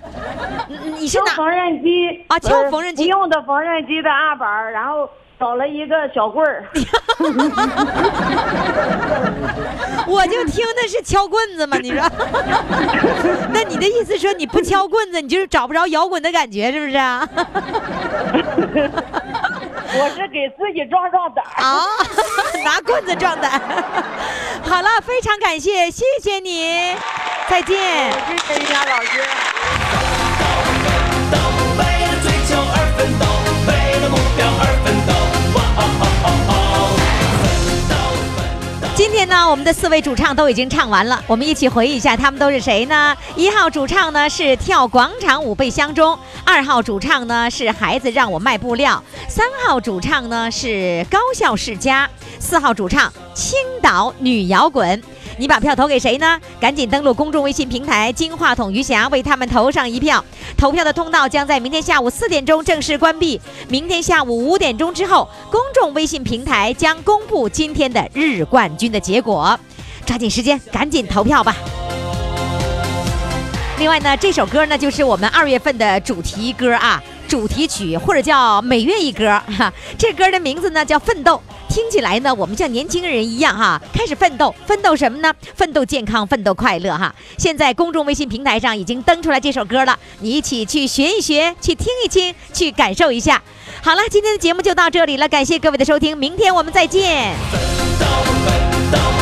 Speaker 2: 你你是
Speaker 11: 敲缝
Speaker 2: 哪？
Speaker 11: 纫机
Speaker 2: 啊敲
Speaker 11: 呃
Speaker 2: 缝纫机
Speaker 11: 不用的缝纫机的案板儿，然后找了一个小棍儿，
Speaker 2: 我就听的是敲棍子嘛，你说？ 那你的意思说你不敲棍子，你就是找不着摇滚的感觉，是不是啊？
Speaker 11: 我是给自己壮壮胆儿。
Speaker 2: 啊， 拿棍子撞胆。 好了，非常感谢，谢谢你，再见。
Speaker 11: 谢谢于洋老师。
Speaker 1: 为了追求而奋斗，为了目标而奋斗。哇哦哦哦哦！
Speaker 2: 今天呢，我们的四位主唱都已经唱完了，我们一起回忆一下他们都是谁呢？一号主唱呢是跳广场舞被相中，二号主唱呢是孩子让我卖布料，三号主唱呢是高校世家，四号主唱青岛女摇滚。你把票投给谁呢？赶紧登录公众微信平台“金话筒余霞”，为他们投上一票。投票的通道将在明天下午四点钟正式关闭。明天下午五点钟之后，公众微信平台将公布今天的日冠军的结果。抓紧时间，赶紧投票吧！另外呢，这首歌呢就是我们二月份的主题歌啊，主题曲或者叫每月一歌哈。这歌的名字呢叫《奋斗》，听起来呢我们像年轻人一样哈，开始奋斗，奋斗什么呢？奋斗健康，奋斗快乐哈。现在公众微信平台上已经登出来这首歌了，你一起去学一学，去听一听，去感受一下。好了，今天的节目就到这里了，感谢各位的收听，明天我们再见。
Speaker 1: 奋斗。